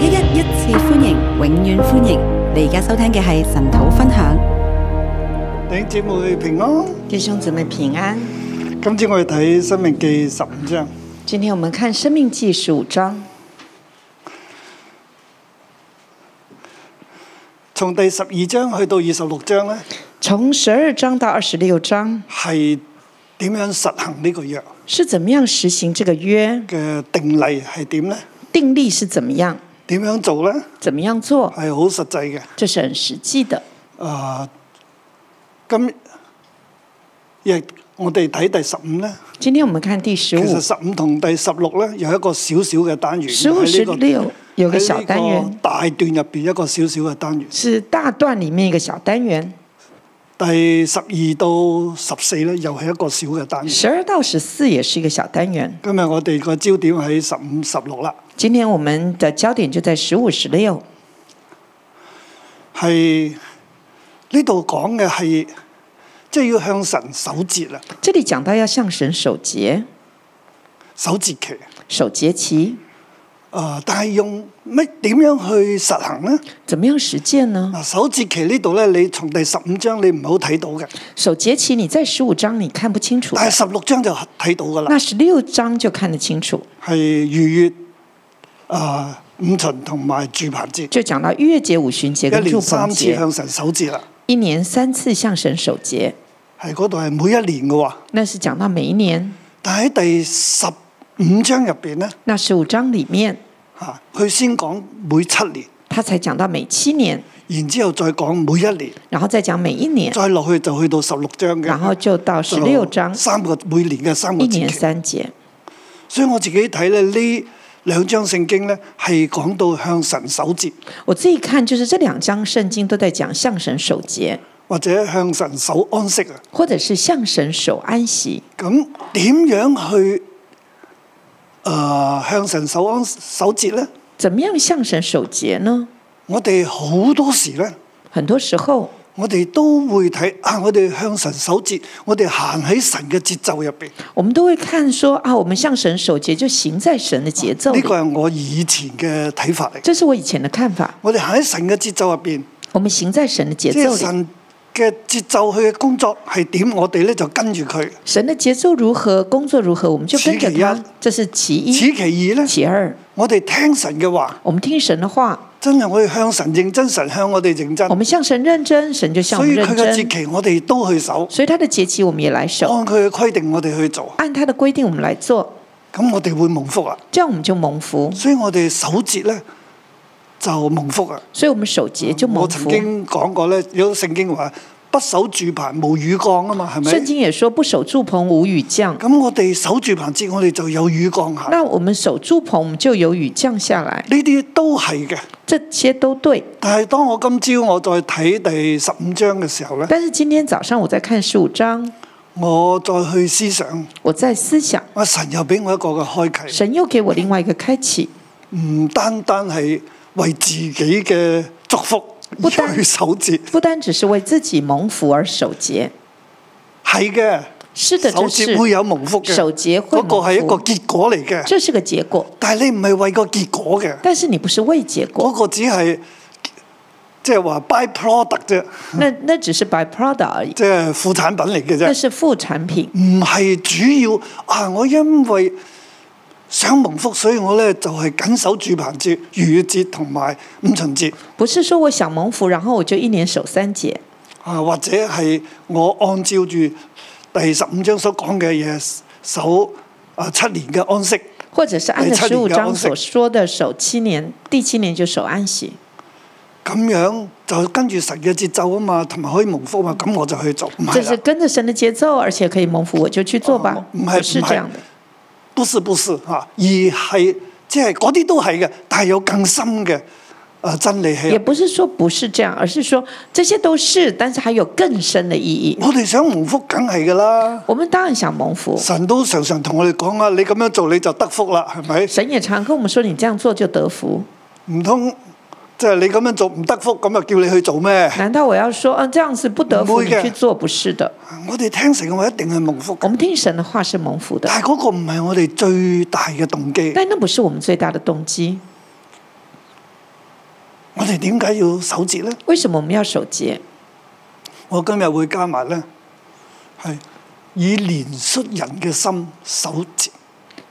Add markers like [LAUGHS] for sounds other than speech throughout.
一一一次歡迎，永遠歡迎！你而家收聽嘅係神土分享。弟兄姊妹平安，弟兄姊妹平安。今朝我哋睇《申命記》十五章，今天我們看《生命記》十五章，從第十二章去到二十六章呢，從十二章到二十六章係點樣實行呢個約是怎麼樣實行這個約？嘅定例係點呢？定力是怎麼樣？點樣做呢？怎麼樣做？係好實際嘅。這是很實際的。啊、今日我哋睇第十五呢，今天我們看第十其實五、十五同第十六呢，有一個小小嘅單元，十五、十喺呢六有個個小單喺呢元個，大段入邊一個小小嘅單元。是大段裡面一個小單元。第十二到十四呢，又係一個小嘅單元。十二到十四也是一個小單元。今日我哋個焦點喺十五、十六啦，今天我們的焦點就在十五、十六，係呢度講嘅係即係要向神守節啦，這裡講到要向神守節，守節期。守節期，啊、但係用乜點樣去實行呢？怎麼樣實踐呢？嗱，守節期呢度呢，你從第十五章你唔好睇到嘅，守節期你在十五章你看不清楚的，但係十六章就睇到噶啦，那十六章就看得清楚，係逾越啊、五旬同埋住棚節，就講到逾越節、五旬節跟一住年棚三次節，向神守節啦。一年三次向神守節，係嗰度係每一年嘅喎，那是講到每一年。但喺第十五章入邊呢，那十五章裡面，嚇、佢先講每七年。他才講到每七年，然之後再講每一年，然後再講每一年，再落去就去到十六章嘅。嗯然後就到十六章就，三個每年嘅三個一節年期。三節。所以我自己睇咧，呢兩章聖經咧係講到向神守節，我自己看就是這兩章聖經都在講向神守節，或者向神守安息啊。或者是向神守安息。咁點樣去誒、呃向神守安守節咧？怎麼樣向神守節呢？我哋好多時咧，很多時候我哋都會睇啊！我哋向神守節，我哋行喺神嘅節奏入邊。我們都會看說啊，我們向神守節就行在神的節奏呢裡。個係我以前嘅睇法嚟。這是我以前的看法。我哋行喺神嘅節奏入邊。我們行在神的節即係奏裡，神嘅節奏，佢嘅工作係點，我哋咧就跟住佢。神的節奏如何，工作如何，我們就跟着此其一他。這是其此一，其二咧，其二，我哋聽神嘅話，我們聽神的話，真係我哋向神認真，神向我哋認真我。們向神認真，神就向我所們以佢認嘅節真。期，我哋都去守，所以他的節期我們也來守，按佢嘅規定，我哋去做，按他的規定我們來做，咁我哋會蒙福啊。這樣我們就蒙福。所以我哋守節咧就蒙福啊。所以我們守節就我蒙曾福。經講過咧，有聖經話不守住棚無雨降啊嘛，係聖咪？啊經也說不守住棚無雨降，咁我哋守住棚節，我哋就有雨降下。呢那我們守住棚，我們就有雨降下來。啲都係嘅。這些都對。但係當我今朝我再睇第十五章嘅時候咧，但是今天早上我在看十五章，我再去思想，我在思想，啊神又俾我一個嘅開啟，神又給我另外一個開啟，唔單單係為自己嘅祝福不而單去守節，不單只是為自己蒙福而守節。係嘅，是的，守這是節會有蒙福嘅，守節會嗰個係一個蒙福，結果嚟嘅，這是個結果。但係你唔係為個結果嘅，但是你不是為結嗰、果，個只係即係話 by product 啫，那那只是 byproduct 而已，即係副產品嚟嘅那啫，是副產品，唔係主要啊！我因為想蒙福，所以我咧就係、緊守住棚節、逾越節同埋五旬節。不是說我想蒙福，然後我就一年守三節，啊，或者係我按照住第十五章所講嘅嘢守啊七年嘅安息，或者是按照第七十年五嘅安章息所說的守七年，第七年就守安息，咁樣就跟住神嘅節奏啊嘛，同埋可以蒙福啊嘛，咁我就去做。唔這係是啦，跟着神的節奏，而且可以蒙福，我就去做吧，哦唔係不是唔係這樣的。不是不是嚇、啊而係即係嗰啲都係嘅，但係有更深嘅啊真理也係。不是說不是這樣，而是說這些都是，但是還有更深的意義。我哋想蒙福，梗係噶啦。我們當然想蒙福，神都常常同我哋講啊，你咁樣做你就得福啦，係神也常跟我們說，你這樣做就得福。咪？唔通即係你咁樣做唔得福，咁啊叫你去做咩？難道我要說，嗯、這樣是不得不福，會你的去做？不是的，我哋聽神嘅話一定係蒙福嘅我。們聽神的話是蒙福的，但係嗰個唔係我哋最大嘅動機，但那不是我們最大的動機。我哋點解要守節呢？为什么我们要守节？我今日會加埋呢，係以憐恤人嘅心守節，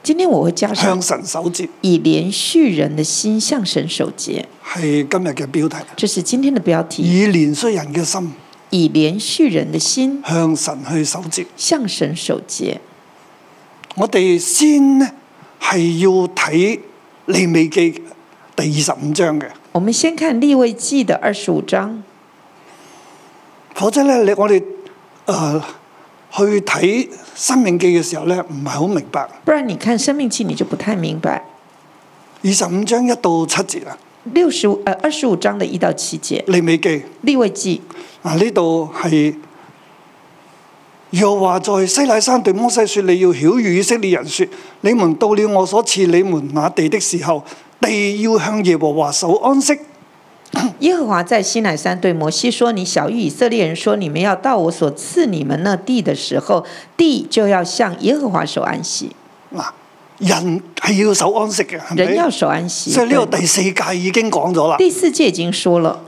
今天我会加上向神守節，以连续人的心向神守节，係今日嘅標題。这是今天的标题。以憐恤人嘅心以连续人的心向神去守節。向神守节。我哋先呢係要睇利未記第二十五章嘅，我们先看立位记的二十五章，否則咧，你我哋誒、呃去睇生命記嘅時候咧，唔係好明白。不然你看生命记你就不太明白。二十五章一到七節啊，六十五呃二十五章的一到七节，利未記立位记啊呢度係。若話在西乃山對摩西說：你要曉喻以色列人說，你們到了我所賜你們那地的時候，地要向耶和華守安息。耶和华在西乃山对摩西说：“你小谕以色列人说，你们要到我所赐你们那地的时候，地就要向耶和华守安息，嗱，人係要守安息嘅，係人要咪？守安息。”所以呢個对第四屆已經講咗啦，第四届已经说了，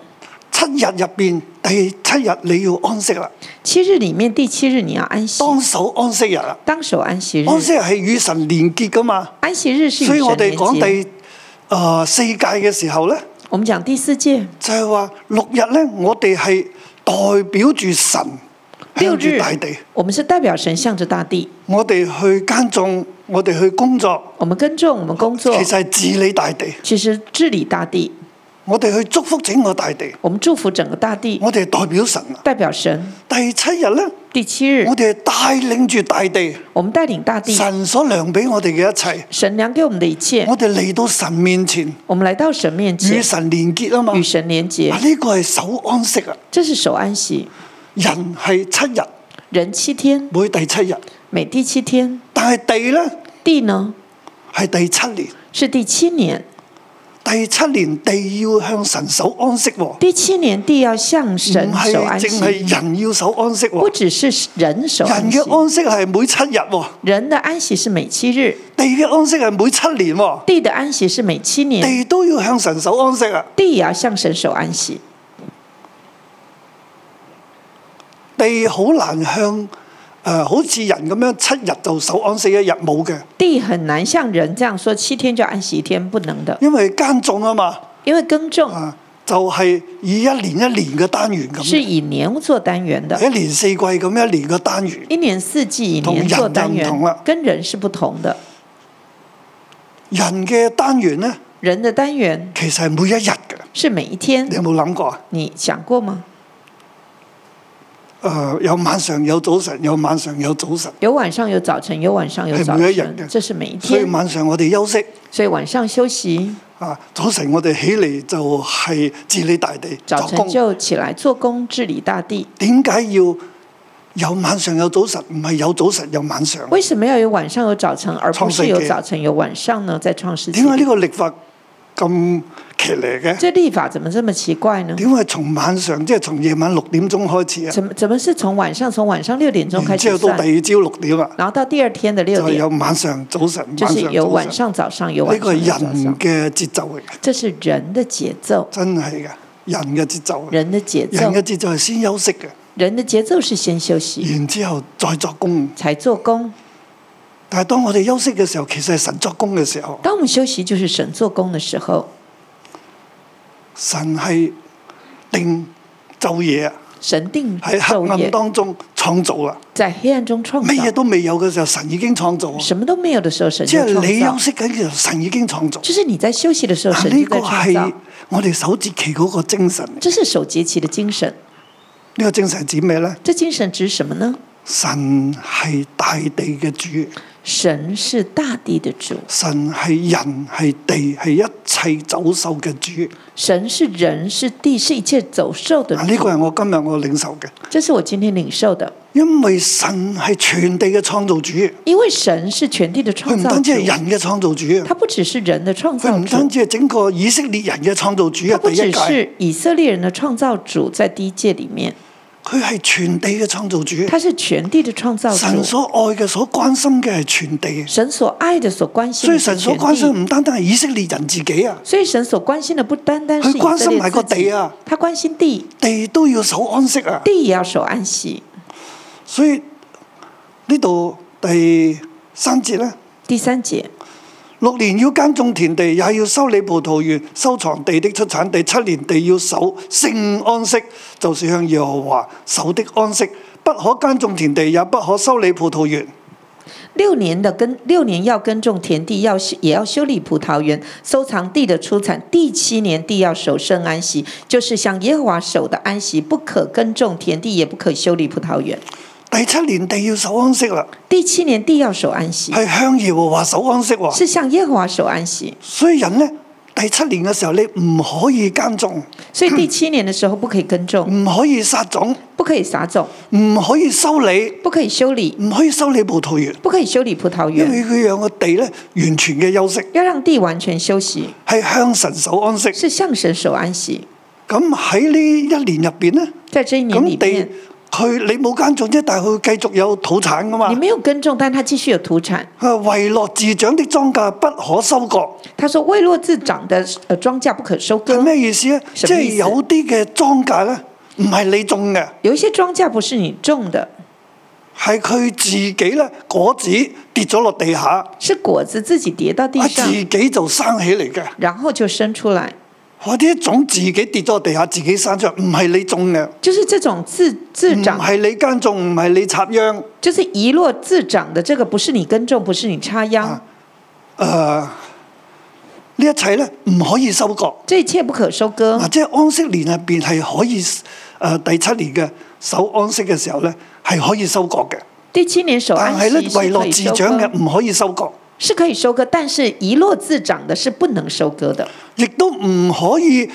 七日入邊第七日你要安息啦，七日里面第七日你要安息，當守安息日啦。当守安息日。安息日係與神連結噶嘛，安息日是哦与所以我神哋连講接。第誒四屆嘅時候咧，我们讲第四届，就係話六日咧，我哋係代表住神六向住哎日大地，我们是代表神向着大地，我哋去耕種，我哋去工作，我们耕种，我们工其作，實係治理大地，其实治理大地，我哋去祝福整個大地，我们祝福整个大地，我哋係代表神啊。代表神。第七日咧。第七日我，哋係帶領住大地，我们带领大地，神所量俾我哋嘅一切，神量给我们的一切，我哋嚟到神面前，我们来到神面前與，神連結啊嘛。与神连结啊，呢個係守安息啊，这是守安息。人係七日，人七天，每第七日，每第七天，但係地咧地呢係第七年，是第七年，第七年地要向神守安息喎，第七年地要向神唔守係安淨息，係人要守安息不喎。只是人守安啊人息嘅，安息係每七日喎，人的安息是每七日，地嘅安息係每七年喎，地的安息是每七年，地都要向神守安息啊。地也要向神守安息。地好難向誒、呃好似人咁樣七日就守安息一日冇嘅，地很难像人这样说七天就安息一天，不能的，因為耕種啊嘛，因为耕种啊就係、以一年一年嘅單元是咁，以年做單元的，一年四季咁一年嘅單元。一年四季以同年人做就单唔元同啦，跟人是不同的。人嘅單元咧，人的单元其實係每一日嘅。是每一你天，有冇諗過啊？你想过吗？誒、啊有晚上有早晨，有晚上有早晨，有晚上有早晨，有晚上有早每一日晨的，这是每一所以天。晚上我哋休息所以晚上休息，啊，早晨我哋起嚟就係治理大地早作晨工。就起来做工，治理大地。點解要有晚上有早晨？唔係有早晨有晚上。为什么要有晚上有早晨，而不创世是纪有早晨有晚上呢？在创世纪點，解呢個曆法咁騎呢嘅？这历法怎么这么奇怪呢？點解從晚上即係從夜晚六點鐘開始啊？怎么怎么是从晚上从晚上六点钟开然之始後嗯到算第，二朝六點啊，然后到第二天的就六係有点，晚上早晨，晚就是上有晚早晨。上早上有呢晚個上係有早上人，嘅節奏嚟嘅，这是人的节奏，真係嘅，人嘅節奏嚟嘅。人的节人奏，嘅節奏係先休息嘅，人的节奏是先休息然之後再作工。才做工。但係當我哋休息嘅時候，其實係神作工嘅時候，当我们休息，就是神做工的时候，神係定晝夜啊，神定喺黑昼暗夜，當中創造啦。在黑暗中创咩嘢造，都未有嘅時候，神已經創造啊。什么都没有的时候，神即就係创你造休。息緊嘅時候，神已經創造。就是你在休息的时候，啊神呢就個在创造係。我哋守節期嗰個精神。呢、这是守节期的精神。個精神指咩呢？这精神指什么呢？神係大地嘅主，神是大地的主，神係人係地係一切走獸嘅主。神是人，是地，是一切走兽的嗱，呢主。個係我今日我領受嘅，这是我今天领受的，因為神係全地嘅創造主。因为神是全地的佢创唔造單止係主，人嘅創造主啊，他不只是人的创佢造唔單主，止係整個以色列人嘅創造主他啊， [LAUGHS] 不第一只屆是以色列人的创造主，在第一届里面，佢係全地嘅創造主，他是全地的创造神主，所愛嘅、所關心嘅係全地。神所愛的、所關心所以的是神所全關心地。唔單單係以色列人自己啊，所以神所關心的不單單是佢關以色心列埋個自己地啊，他關心地，地都要守安息啊。地也要守安息。所以呢度第三節咧，第三節，六年要耕種田地，也要修理葡萄園、收藏地的出產地；七年地要守聖安息，就是向耶和華守的安息，不可耕種田地，也不可修理葡萄園。六年的耕，六年要耕种田地，要修也要修理葡萄园，收藏地的出产。第七年地要守圣安息，就是像耶和华守的安息，不可耕种田地，也不可修理葡萄园。第七年地要守安息啦，第七年地要守安息，係向耶和華守安息喎。是向耶和华守安息。所以人呢，第七年嘅時候，你唔可以耕種，所以第七年的時候不可以耕種，唔可以撒種，不可以撒種，唔可以修理，不可以修理，唔可以修理葡萄園，不可以修理葡萄因園，為佢讓個地呢完全嘅休息，要讓地完全休息，係向神守安息。是向神守安息。咁喺呢一年入邊呢。在這一年咁裡地面，佢你冇耕種啫，但係佢繼續有土產噶嘛你。沒有耕種，但他繼續有土產。佢話為落自長的莊稼不可收割，他說：“未落自長的呃莊稼不可收係割。咩意思咧？即什麼意係思有啲嘅莊稼咧，唔係你種嘅，有一些莊稼不是你種的，係佢自己咧果子跌咗落地下，啊是果子自己跌到地上自，己就生起嚟嘅。然後就生出來。我啲種自己跌咗落地下，自己生出嚟，唔係你種嘅，就是這種自自唔長，係你耕種，唔係你插秧，誒、就是一落自長的，這個不是你耕種，不是你插啊秧，呃呢一切咧唔可以收割。這一切不可收割。嗱，即係安息年入邊係可以誒、呃第七年嘅守安息嘅時候咧，係可以收割嘅。第七年守但安係息咧，是為可落以自收長嘅割，唔可以收割，是可以收割，但是一落自长的是不能收割的，亦都唔可以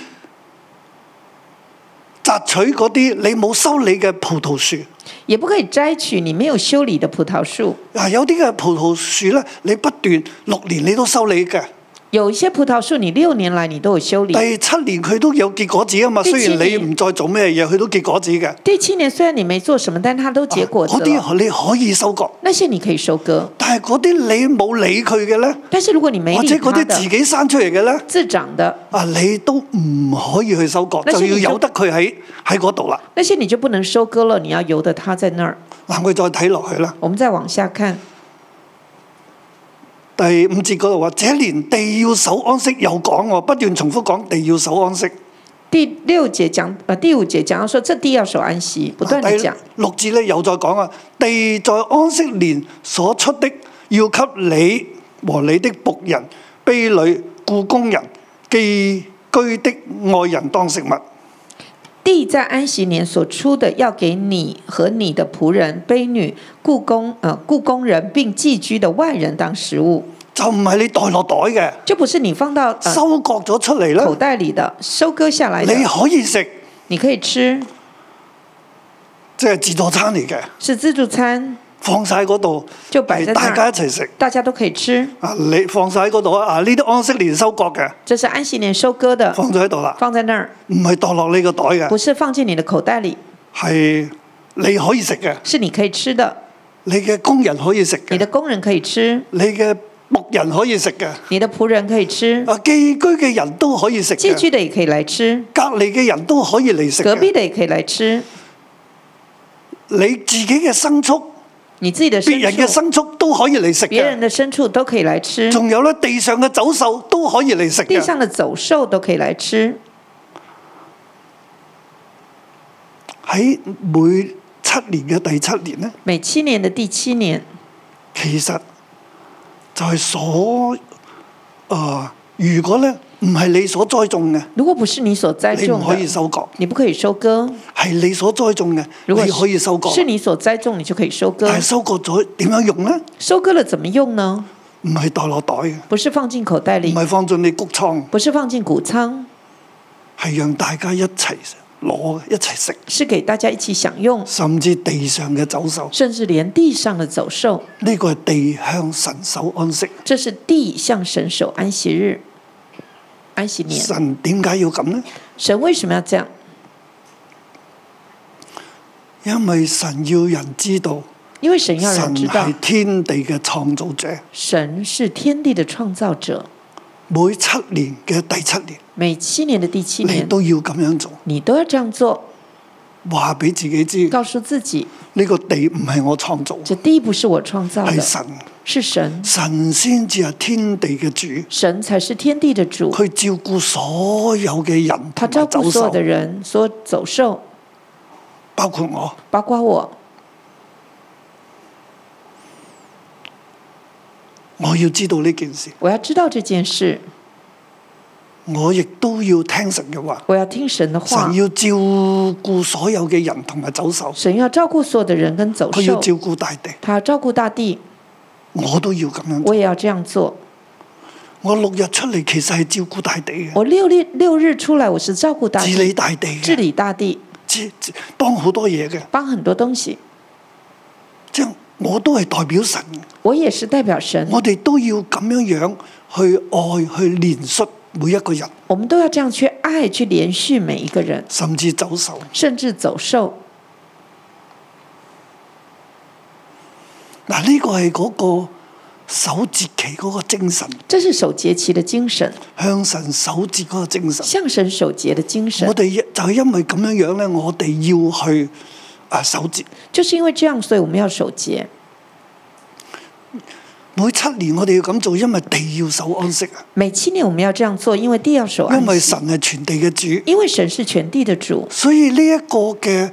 摘取嗰啲你冇修理嘅葡萄樹。也不可以摘取你沒有修理的葡萄樹。啊，有啲嘅葡萄樹咧，你不斷六年你都修理嘅，有一些葡萄樹你六年來你都有修理，第七年佢都有結果子啊嘛。第七雖然你年唔再做咩嘢，佢都結果子嘅。第七年雖然你沒做什麼，但它都結果子嗰了。啊啲你可以收割，那些你可以收割，但係嗰啲你冇理佢嘅咧，但是如果你沒或理者嗰它啲自的己生出嚟嘅咧。自長的，啊，你都唔可以去收割，那就所以你要就由得佢喺喺嗰度啦。那些你就不能收割了，你要由得它在那兒。嗱，我哋再睇落去啦。我們再往下看，第五節嗰度話：這年地要守安息，又講喎，不斷重複講地要守安息。第六節講，呃，第五節講到說這地要守安息，不斷的啊第講。六節咧又再講啊，地在安息年所出的，要給你和你的仆人、婢女、僱工人、寄居的愛人當食物。地在安息年所出的，要给你和你的仆人、婢女、雇工呃雇工人，并寄居的外人当食物，就唔係你袋落袋嘅，就不是你放到呃收割咗出嚟口啦，袋里的，收割下来的，你可以食，你可以吃，即係自助餐嚟嘅。是自助餐，放晒嗰度，就擺在那大家一齊食。大家都可以吃。啊，你放晒喺嗰度啊！啊，呢啲安息年收割嘅，这是安息年收割的，放咗喺度啦，放在那儿，唔係墮落你個袋嘅，不是放进你的口袋里，係你可以食嘅，是你可以吃的，你嘅工人可以食你嘅，的工人可以吃，你嘅仆人可以食嘅，你的仆人可以吃，啊，寄居嘅人都可以食寄嘅，居的也可以来吃，隔離嘅人都可以嚟食隔壁嘅。的也可以来吃，你自己嘅牲畜，你自己的牲別人嘅畜。牲畜都可以嚟食别人嘅。的牲畜都可以来吃，仲有咧，地上嘅走獸都可以嚟食地嘅，上的走兽都可以来吃。喺每七年嘅第七年咧。每七年的第七年，其實就係所啊、如果咧唔係你所栽種嘅，如果不是你所栽你唔种可以的，收割；你不可以收割；係你所栽種嘅，如果你可以收割。哎是你所栽种，你就可以收割但。係收割咗點樣用咧？收割了怎么用呢？唔係袋落袋嘅，不是放进口袋唔里，係放進你谷倉，不是放进谷仓，係讓大家一齊攞一齊食，是给大家一起享用，甚至地上嘅走獸。甚至连地上的走兽。呢、個係地向神守安息。这是地向神守安息日、安息年。神點解要咁呢？神为什么要这样？因為神要人知道，因为神要人神知道係，天地嘅創造者。神是天地的创造者。每七年嘅第七年，每七年的第七你年，都要咁樣做，你都要这样做，話俾自己知，告訴自己，呢、個地唔係我創造，这地不是我创造係的，神，是神，神先至係天地嘅主，神才是天地的主，佢照顧所有嘅人他同照埋走顾所有兽的，人，所有走兽，包括我。包括我，我要知道呢件事，我要知道这件事，我亦都要聽神嘅話。我要听神的话神。要照顧所有嘅人同埋走獸，神要照顾所有的人跟走佢要兽，照顧大地，他要照顾大地，我都要咁樣做。我也要这样做。我六日出嚟其實係照顧大地嘅，我六日六日出来，我是照顾大治地，理大地治嘅，理大地，治治幫好多嘢嘅，帮很多东西。即係我都係代表神嘅。我也是代表神，我哋都要咁樣樣去愛、去憐恤每一個人，我们都要这样去爱，去连续每一个人，甚至走獸。甚至走兽。嗱，呢個係嗰個守節期嗰個精神，这是守节期的精神，向神守節嗰個精神。向神守节的精神我。哋一就係因為咁樣樣咧，我哋要去啊守節。就是因为这样，所以我们要守节。每七年我哋要咁做，因為地要守安息啊，每七年我们要这样做，因为地要守安因為息，神係全地嘅主。因为神是全地的主，所以呢一個嘅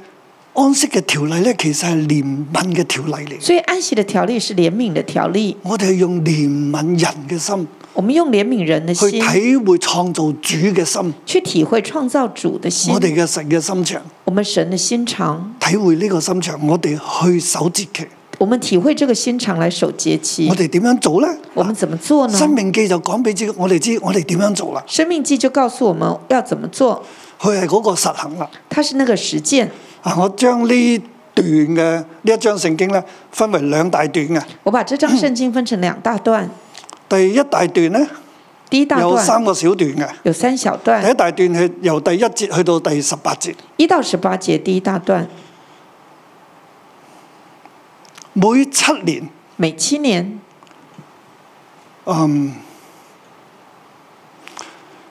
安息嘅條例咧，其實係憐憫嘅條例嚟。所以安息的条例是怜悯的条例。我哋係用憐憫人嘅心我们用怜悯人的去心體會創造主嘅心，去体会创造主的心我，哋嘅神嘅心腸，我们神的心肠，體會呢個心腸，我哋去守節期。我们体会这个心肠来守节期我。哋點樣做咧？嗯我们怎么做呢？生命記就講俾知我哋知，我哋點樣做啦？生命记就告诉我们要怎么做，佢係嗰個實行啦。它是那个实践。啊，我將呢段嘅呢一章聖經咧，分為兩大段嘅。我把这张圣经分成两大段，第一大段咧第一大有段三哎個小段嘅。有三小第一段，大段係由第一節去到第十八節，一到十八节第一大段，每七年，每七年嗯，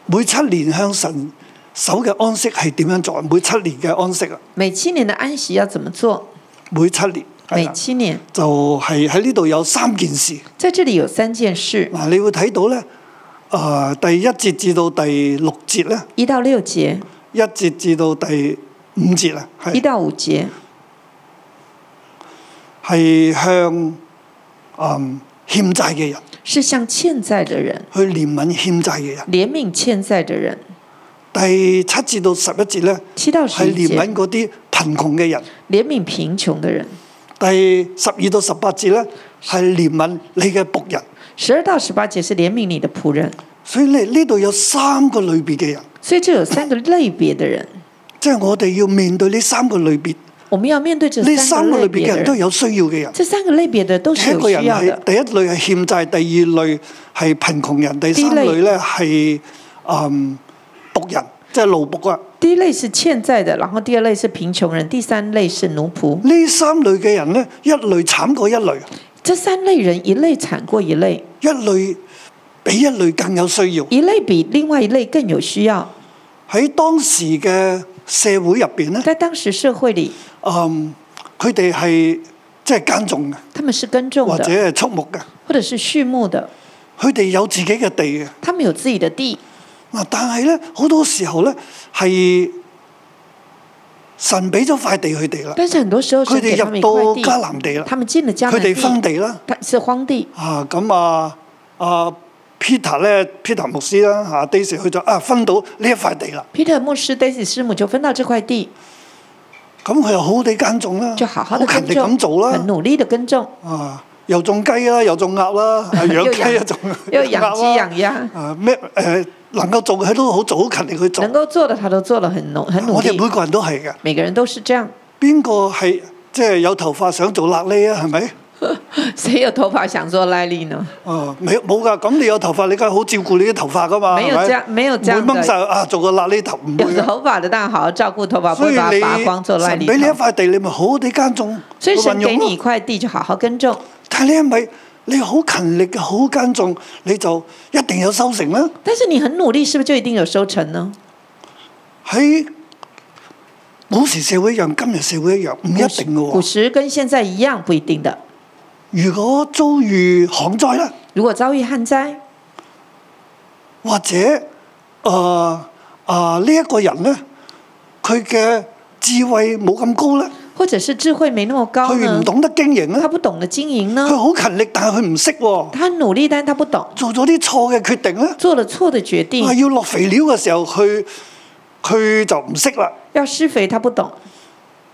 每七年向神守嘅安息係點樣做？啊每七年嘅安息啊，每七年的安息要怎么做？每七年係每啦，七年就係喺呢度有三件事。在这里有三件事，嗱，你會睇到咧，啊、第一節至到第六節咧，一到六节，一節至到第五節啊，一係到五节係向嗯欠債嘅人是向欠债的人去憐憫欠債嘅人。怜悯欠债的人，第七至到十一節咧。七到十係一憐节憫嗰啲貧窮嘅人。怜悯贫穷的人，第十二到十八節咧，係憐憫你嘅仆人。十二到十八节是怜悯你的仆人。所以咧，呢度有三個類別嘅人，所以这有三个类别的人，即係我哋要面對呢三個類別。我们要面对这呢三三個个類类別别嘅的人都人。有需要嘅人。这三个类别的都第是一個有人需要係的。第一類係欠債，第二類係貧窮人，第三第一類類咧係嗯仆人，即係奴仆啊。第一类是欠债的，然后第二类是贫穷人，第三类是奴仆。呢三類嘅人咧，一類慘過一類，这三类人，一类惨过一类，一類比一類更有需要。一类比另外一类更有需要。喺當時嘅社會入邊咧。在当时社会里，嗯，佢哋係即係耕種嘅，他们是耕种或者的，係畜牧嘅，或者是畜牧的，佢哋有自己嘅地嘅。他们有自己的地。嗱，但係咧好多時候咧係神俾咗塊地佢哋啦，但是很多时候佢是给哋他们一入块到迦地，南地啦，他们进了迦佢南哋分地，地啦。但是荒地。啊，咁啊啊 Peter 咧，Peter 牧師啦，啊 Daisy 去咗啊分到呢一塊地啦， Peter 牧师、Daisy 师母就分到这块地，咁佢又好好地耕種啦，就好好的勤耕力咁种，做啦很，努力的耕种，啊又種雞啦，又種鴨啦， [LAUGHS] 啊養又雞又养種又 [LAUGHS] 养鴨鸡啦养鸭，啊咩誒能夠做嘅佢都好做，好勤力去做能。够做的他都做了，很努很努我哋力每。個人都係嘅，每个人都是这样。 [LAUGHS] 邊個係即係有頭髮想做瘌痢啊？係咪？谁有头发想做拉力呢？啊，冇冇㗎，咁你有頭髮，你梗係好照顧你啲頭髮㗎嘛，沒有係咪這樣沒有這樣唔會的掹晒啊，做個瘌呢頭唔有會㗎。头发的，当然好好照顾头发，不所以会把它拔光做你拉神力俾你一头。塊地，你咪好好地耕種，所以神運给用你咯一。块地，就好好耕种。但係你係咪你好勤力嘅好耕種，你就一定有收成啦？但是你很努力，是不是就一定有收成呢？喺古時社會一樣，今日社會一樣，唔一定嘅古喎。时跟现在一样，不一定的。如果遭遇旱災咧，如果遭遇旱灾，或者誒誒呢一個人咧，佢嘅智慧冇咁高咧，或者是智慧没那么高佢呢啊唔，懂啊得經營他咧，不懂得经营佢呢，好勤力，但係佢唔識喎，他很努力，但是他不懂，做咗啲錯嘅決定咧，做了错的决定係，要落肥料嘅時候，佢佢就唔識啦，要施肥他不懂，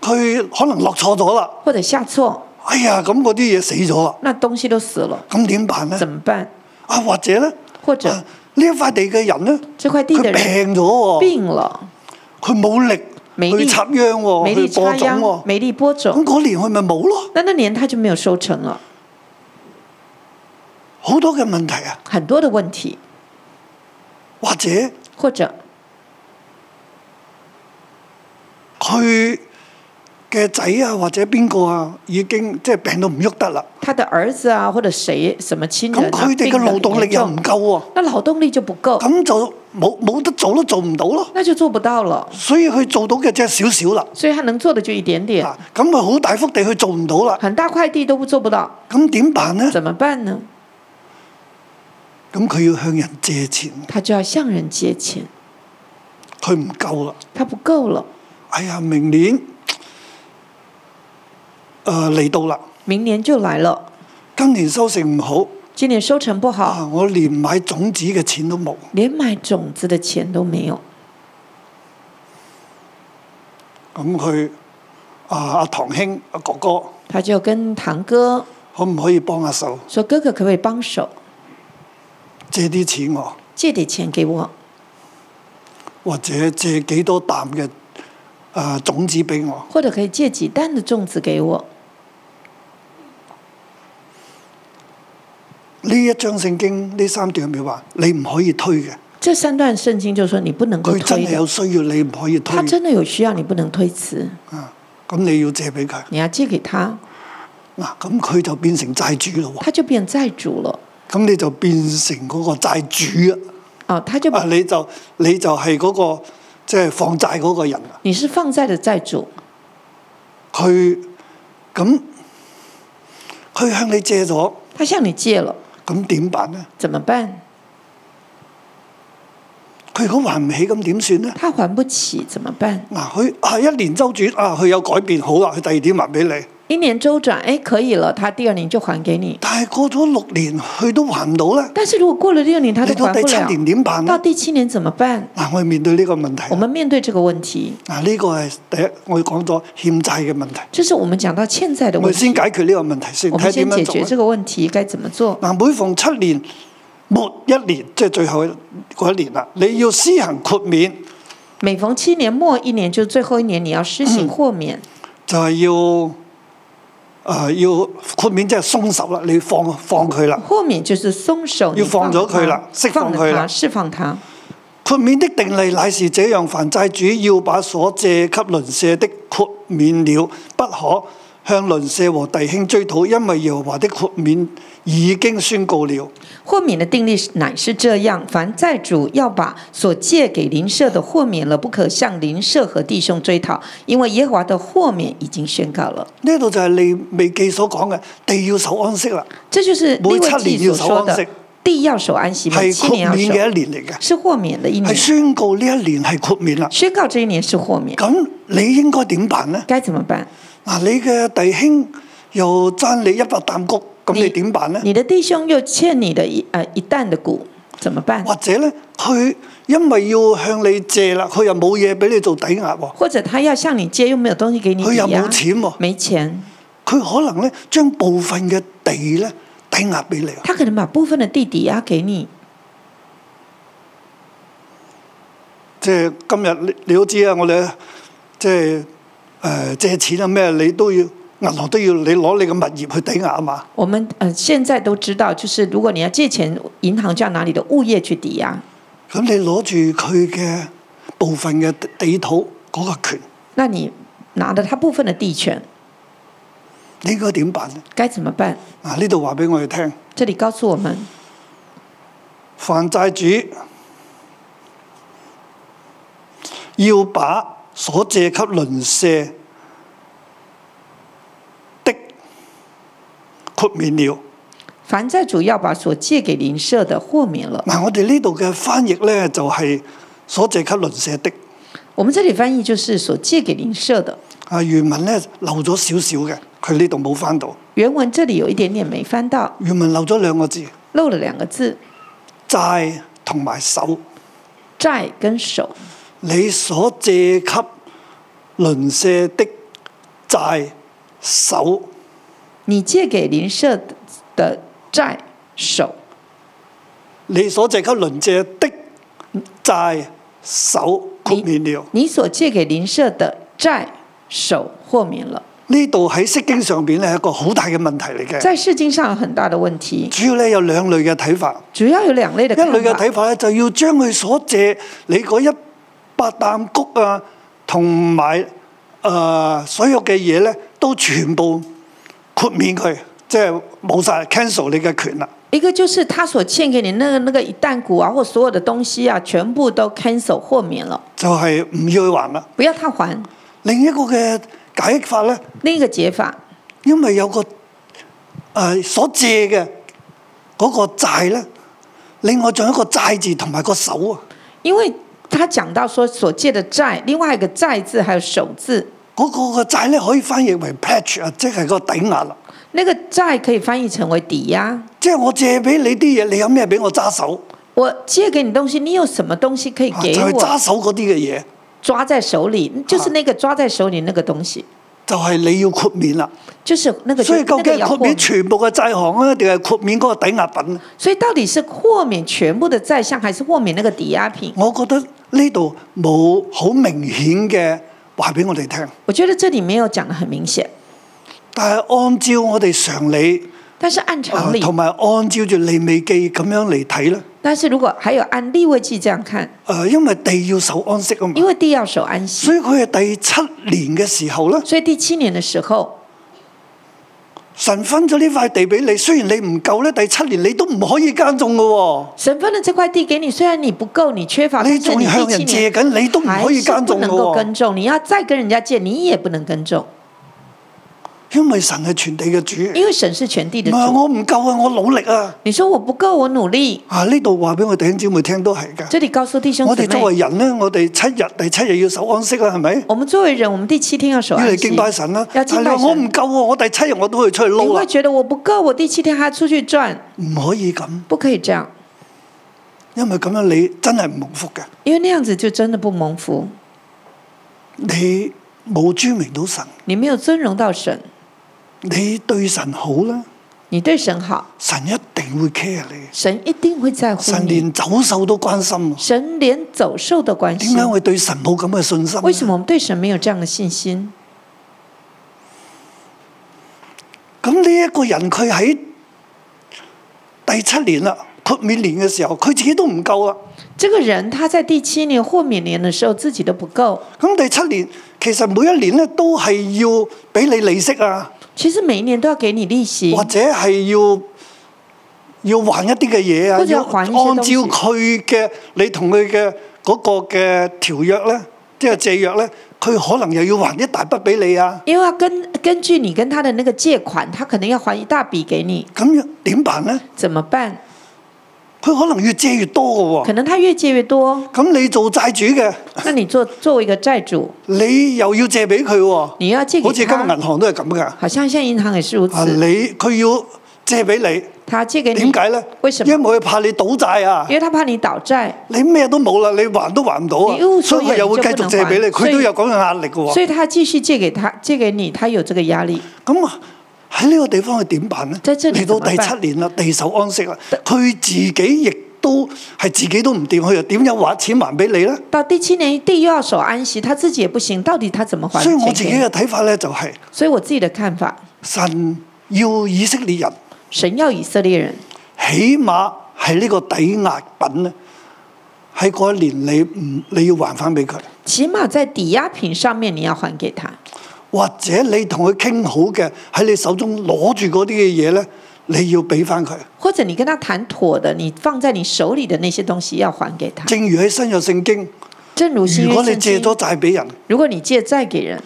佢可能落錯咗啦，或者下错，哎呀，咁嗰啲嘢死咗啦，那东西都死了，咁點辦咧怎？么办？啊，或者咧，或者啊哦呢一塊地嘅人咧，这块地佢的人病咗喎，病了，佢冇力沒力去插秧喎，没力去哦播插種秧，喎，没力播咁种，嗰年佢咪冇咯，那那年他就没有收成了，好多嘅問題啊，很多的问题，或者或者佢嘅仔啊，或者邊個啊，已經即係病到唔喐得啦，他的儿子啊，或者谁什么亲咁人啊，佢哋嘅病得很勞動力严又重唔夠喎，那劳动力就不够，咁就冇冇得做都做唔到咯，那就做不到了。所以佢做到嘅只係少少啦，所以他能做的就一点点，嗱，咁佢好大幅地去做唔到啦，很大块地都做不到，咁點辦咧？怎么办呢？咁佢要向人借錢，他就要向人借钱，佢唔夠啦。他不够了。哎呀，明年誒嚟、到啦，明年就来了，今年收成唔好今年收成不好，啊，我連買種子嘅錢都冇，连买种子的钱都没有。咁佢啊阿堂兄阿哥哥他就跟堂哥可唔可以幫下手说：“哥哥，可不可以帮手借啲錢我，借点钱给我，或者借幾多啖嘅誒種子俾我？或者可以借几担的粽子给我呢一章聖經呢三段入面話，你唔可以推嘅，？”这三段圣经就说你不能够佢真推係有的，需要你唔可以推他嘅真的有需要，你不能推辞，啊，咁你要借俾佢你要借给他，嗱，咁佢就變成債主咯喎。他就变债主了。咁你就變成嗰個債主哦，他就啊！啊，你就你就係嗰、個即係、放債嗰個人啊！你是放债的债主，佢咁佢向你借咗，他向你借了，咁點辦呢？怎么办？佢如果還唔起，咁點算呢？他还不起怎么办？嗱，佢啊一年周轉啊，佢有改變，好啦，佢第二年還俾你。一年周转，哎，可以了，他第二年就还给你。但係過咗六年，佢都還唔到呢。但是如果过了六年，他你到都还第不七了，年點辦到呢？第七年怎么办？嗱、我哋面對呢個問題我。们面对这个问题，嗱、呢、個係第一，我哋講咗欠債嘅問題，这是我们讲到欠债的我问哋题先。解決呢個問題先，我睇下们先點解樣做决呢。这个问题该怎么做？嗱，每逢七年末一年，即係最後嗰一年啦，你要施行豁免，每逢七年末一年，就是最后一年，你要施嗯行豁免，就係、要誒、呃要豁免，即係鬆手啦，你放放佢啦。豁免就是松手，要你放咗了佢他啦释放放了佢他啦释放他。豁免的定例乃是這樣，凡債主要把所借給鄰舍的豁免了，不可向鄰舍和弟兄追討，因為耶和華的豁免已經宣告了。豁免的定例乃是这样：凡债主要把所借给邻舍的豁免了，不可向邻舍和弟兄追讨，因为耶和华的豁免已经宣告了。呢度就係利未記所講嘅地要守安息啦，这就是每利未七记年要所守说安息的：地要守安息，每係七豁年免要嘅守，一年嚟嘅。是豁免的一係年。宣告呢一年係豁免啦。宣告这一年是豁免，咁你應該點辦呢？该怎么辦？嗱，你嘅弟兄又爭你一百啖谷，咁你你點辦呢？你的弟兄又欠你的一呃一担的谷，怎么办？或者呢，佢因為要向你借啦，佢又冇嘢俾你做抵押喎，或者他要向你借，又没有东西给你佢抵又押，冇錢喎，没钱，佢可能呢將部分嘅地呢抵押俾你啊喎，他可能把部分的地抵押给你。即係今日你你都知啊，我哋即係誒、呃借錢啊咩，你都要銀行都要你攞你嘅物業去抵押啊嘛。我們呃現在都知道，就是如果你要借錢，銀行就要拿你的物業去抵押。咁你攞住佢嘅部分嘅地土嗰個權，那你拿了他部分的地權，你應該點辦咧？該怎麼辦？嗱，呢度話俾我哋聽，這裡告訴我們，犯債主要把所借給鄰舍的豁免了。凡債主要把所借給鄰舍的豁免了。嗱，我哋呢度嘅翻譯咧就係、所借給鄰舍的。我們這裡翻譯就是所借給鄰舍的。啊，原文咧漏咗少少嘅，佢呢度冇翻到。原文這裡有一點點沒翻到，原文漏咗兩個字，漏了兩個字，債同埋手。債跟手。你所借給鄰舍的債手，你借給鄰舍的債手，你所借給鄰舍的債手豁免了。你所借給鄰舍的債手豁免了。呢度喺釋經上邊咧係一個好大嘅問題嚟嘅。在世經上有很大的問題，主要咧有兩類嘅睇法，主要有兩類的一類嘅看法。睇法咧就要將佢所借你嗰一百擔谷啊，同埋誒所有嘅嘢咧都全部豁免佢，即係冇晒 cancel 你嘅權啦。一個就是他所欠給你那個那個一擔谷啊，或所有的東西啊，全部都 cancel 豁免了，就係唔要去還啦。不要他還。另一個嘅解法咧，另一個解法，因為有個誒、呃所借嘅嗰個債咧，另外仲有一個債字同埋個手啊，因為他講到說所借的債，另外一個債字還有手字，嗰、個個債咧可以翻譯為 patch 啊，即係個抵押啦。那個債可以翻譯成為抵押。即係我借俾你啲嘢，你有咩俾我揸手？我借給你東西，你有什麼東西可以啊給就係揸我？手嗰啲嘅嘢，抓在手裡，就是那個抓在手裡那個東西，就係、你要豁免啦。就是那個就所以究那竟係個要豁豁免免。全部嘅債項啊，定係豁免嗰個抵押品呢？所以到底是豁免全部的債項，還是豁免那個抵押品？我覺得呢度冇好明顯嘅話俾我哋聽。我覺得這裡沒有講得很明顯，但係按照我哋常理，但是按啊常理，同埋按照住利未記咁樣嚟睇咧，誒、啊但是如果還有按立位記這樣看，因為地要守安息啊嘛因，為地要守安嗯息，所以佢係第七年嘅時候咧，所以第七年的時候，神分咗呢塊地俾你，雖然你唔夠咧，第七年你都唔可以耕種嘅喎、神分了這塊地給你，雖然你不夠，你缺乏，你但是仲你向第七人借年緊，你都唔可還以是耕不種嘅能夠喎、耕種，你要再跟人家借，你也不能耕種，因為神係全地嘅主。因為神是全地嗯唔的係主。我唔夠啊，我努力啊！你說我不夠，我努力，啊呢度話俾我弟兄姊妹聽都係㗎。這裡告訴弟兄我姊哋作為妹，人咧，我哋七日第七日要守安息啦，啊係咪？我們作為人，我們第七天要守要嚟安息敬。拜神啊啦。要但敬係拜神我唔夠喎，啊我第七日我都會出去你撈會啦，覺得我不夠，我第七天還要出去賺，唔可以咁。不可以這樣，因為咁樣你真係唔蒙福嘅，因為那樣子就真的不蒙福，你冇尊榮到神，你沒有尊榮到神，你對神好啦，你對神好，神一定會 care 你，神一定會在乎神你。連走獸都關心啊。神連走獸都關點心解，會對神冇咁嘅信心呢？為什麼我們對神沒有這樣的信心？咁呢一個人佢喺第七年啦，豁免年嘅時候，佢自己都唔夠啊。這個人他在第七年豁免年的時候自己都不夠，咁第七年其實每一年咧都係要俾你利息啊，其實每一年都要給你利息或，者係要要還一啲嘅嘢啊，或者要還按一照些東西佢嘅你同佢嘅嗰個嘅條約咧，即係借約咧，佢可能又要還一大筆俾你啊。因為要根根據你跟他的那個借款，他可能要還一大筆給你，咁樣點辦咧？怎麼辦？佢可能越借越多嘅喎、可能他越借越多，咁你做債主嘅，那你做作為一個債主，你又要借俾佢喎。你要借給好似今日他銀，行都係咁㗎。好像現在銀行也是如啊，此，你佢要借俾你，他借給你點，解咧？為什麼因為佢怕你倒債啊因。為他怕你倒債，你咩都冇啦，你還都還唔到啊你一，無所所以有佢又會繼續借俾你，你就不能還佢都有咁嘅壓力嘅所喎。以他繼續借給他借給你，他有這個壓力。咁啊喺呢個地方佢點辦呢？在這裡嚟到怎麼辦第七年啦，地守安息啦，佢自己亦都係自己都唔掂，佢又點有還錢還俾你呢？到第七年地又要守安息，他自己也不行，到底他怎么还所以我钱自己给你？嘅睇法呢，就係所以我自己的看法，神要以色列人，神要以色列人，起碼係呢個抵押品呢，喺嗰一年你唔你要還翻俾佢，起码在抵押品上面你要还给他，或者你同佢傾好嘅喺你手中攞住嗰啲嘅嘢呢，你要俾翻佢。或者你跟他谈妥的，你放在你手里的那些東西要还给他。正如喺新約聖經，正如新如约果你圣借经，咗債俾人，如果你借债给人，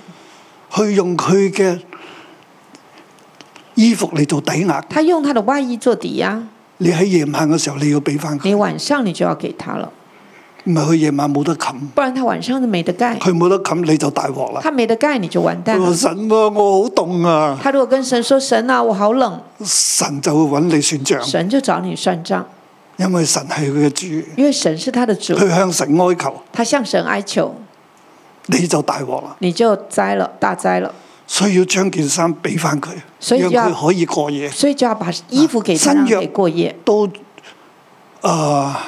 去用佢嘅衣服嚟做抵押，他用他的外衣做抵押，你喺夜晚嘅時候你要俾翻佢，你晚上你就要给他了，唔係佢夜晚冇得冚，不然他晚上就没得盖，佢冇得冚你就大鑊啦。他没得盖你就完蛋佢了話。神啊，我好凍啊，他如果跟神说：“神啊，我好冷。神就會揾你算”賬，神就找你算账，因為神係佢嘅主，因为神是他的主，佢向神哀求，他向神哀求，你就大鑊啦。你就栽了大灾了。所以要將件衫俾翻佢，所以讓要佢可以過夜。所以就要把衣服给啊他，让新约他给过夜。都啊、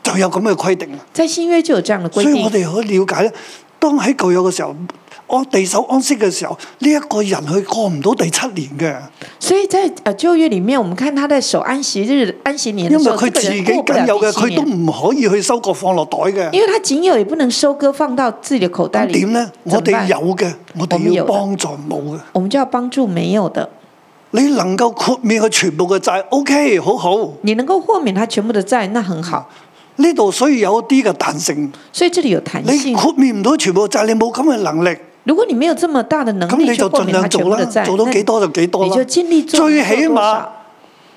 就有咁嘅規定啦。在新约就有这样的所规以我定。哋可以了解咧，當喺舊約嘅時候，安地守安息嘅時候，呢、一個人佢過唔到第七年嘅，所以在呃旧约里面，我们看他在守安息日、安息年因的為时候，这佢个自己人过不僅了有嘅，第七佢都唔年，可以去收割放落袋嘅。因为他仅有也不能收割放到自己的口袋咁里。點咧？怎我么哋办有嘅，我我們哋要有的幫助冇嘅。我们就要幫助沒有的。你能夠豁免佢全部嘅債，OK，好好。你能夠豁免他全部的債，那很好。呢度所以有啲嘅彈性，所以這裡有彈你性。豁免唔到全部嘅債，你冇咁嘅能力，如果你沒有這麼大的能咁力你去就豁盡免他量全做啦部的，債，做到幾多就幾多那你啦就。尽力做，最起做多碼少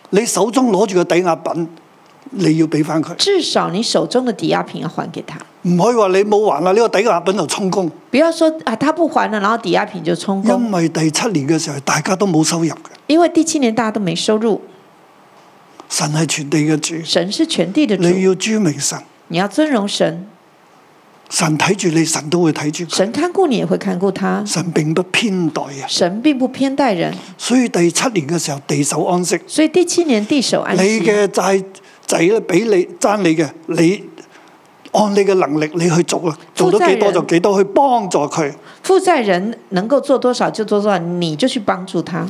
你手中攞住嘅抵押品，你要俾翻佢。至少你手中的抵押品要還給他，唔可以話你冇還啦，呢、個抵押品就充公，不要說啊他不還了，然後抵押品就充公。因為第七年嘅時候大家都冇收入嘅，因為第七年大家都沒收入，神係全地嘅主，神是全地的主，你要尊明神，你要尊榮神，神睇住你，神都會睇住佢，神看顧你也會看顧他，神並不偏待啊。神並不偏待人，所以第七年嘅時候地守安息，所以第七年地守安你息。嘅債仔咧俾你爭你嘅，你按你嘅能力你去做啦，做到幾多就幾多，去幫助佢。负债人能够做多少就做多少，你就去帮助他。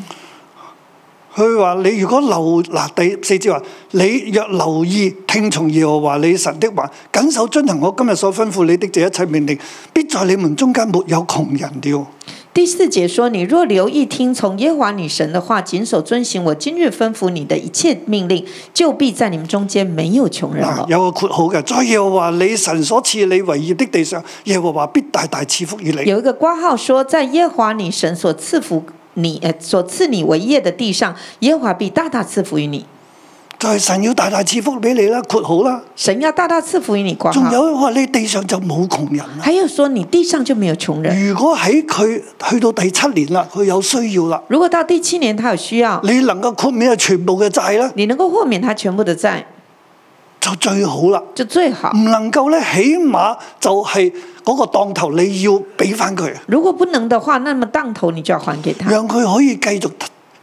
佢話：你如果留嗱第四節話，你若留意聽從耶和華你神的話，謹守遵行我今日所吩咐你的這一切命令，必在你們中間沒有窮人了。第四节说：“你若留意听从耶和华你神的话，谨守遵行我今日吩咐你的一切命令，就必在你们中间没有穷人嗱，了。有個括號嘅，在耶和華你神所賜你為業的地上，耶和華必大大賜福於你。有一个挂号说，在耶和华你神所赐福你，呃，所赐你为业的地上，耶和华必大大赐福于你。就係神要大大賜福俾你啦，括號啦。神要大大赐福于你。挂仲号有話你地上就冇窮人啦。还有说，你地上就没有穷人。如果喺佢去到第七年啦，佢有需要啦，如果到第七年他有需要，你能夠豁免佢全部嘅債啦，你能够豁免他全部的债，就最好啦。就最好。唔能夠咧，起碼就係嗰個當頭你要俾翻佢，啊如果不能的话，那么当头你就要还给他，讓佢可以繼續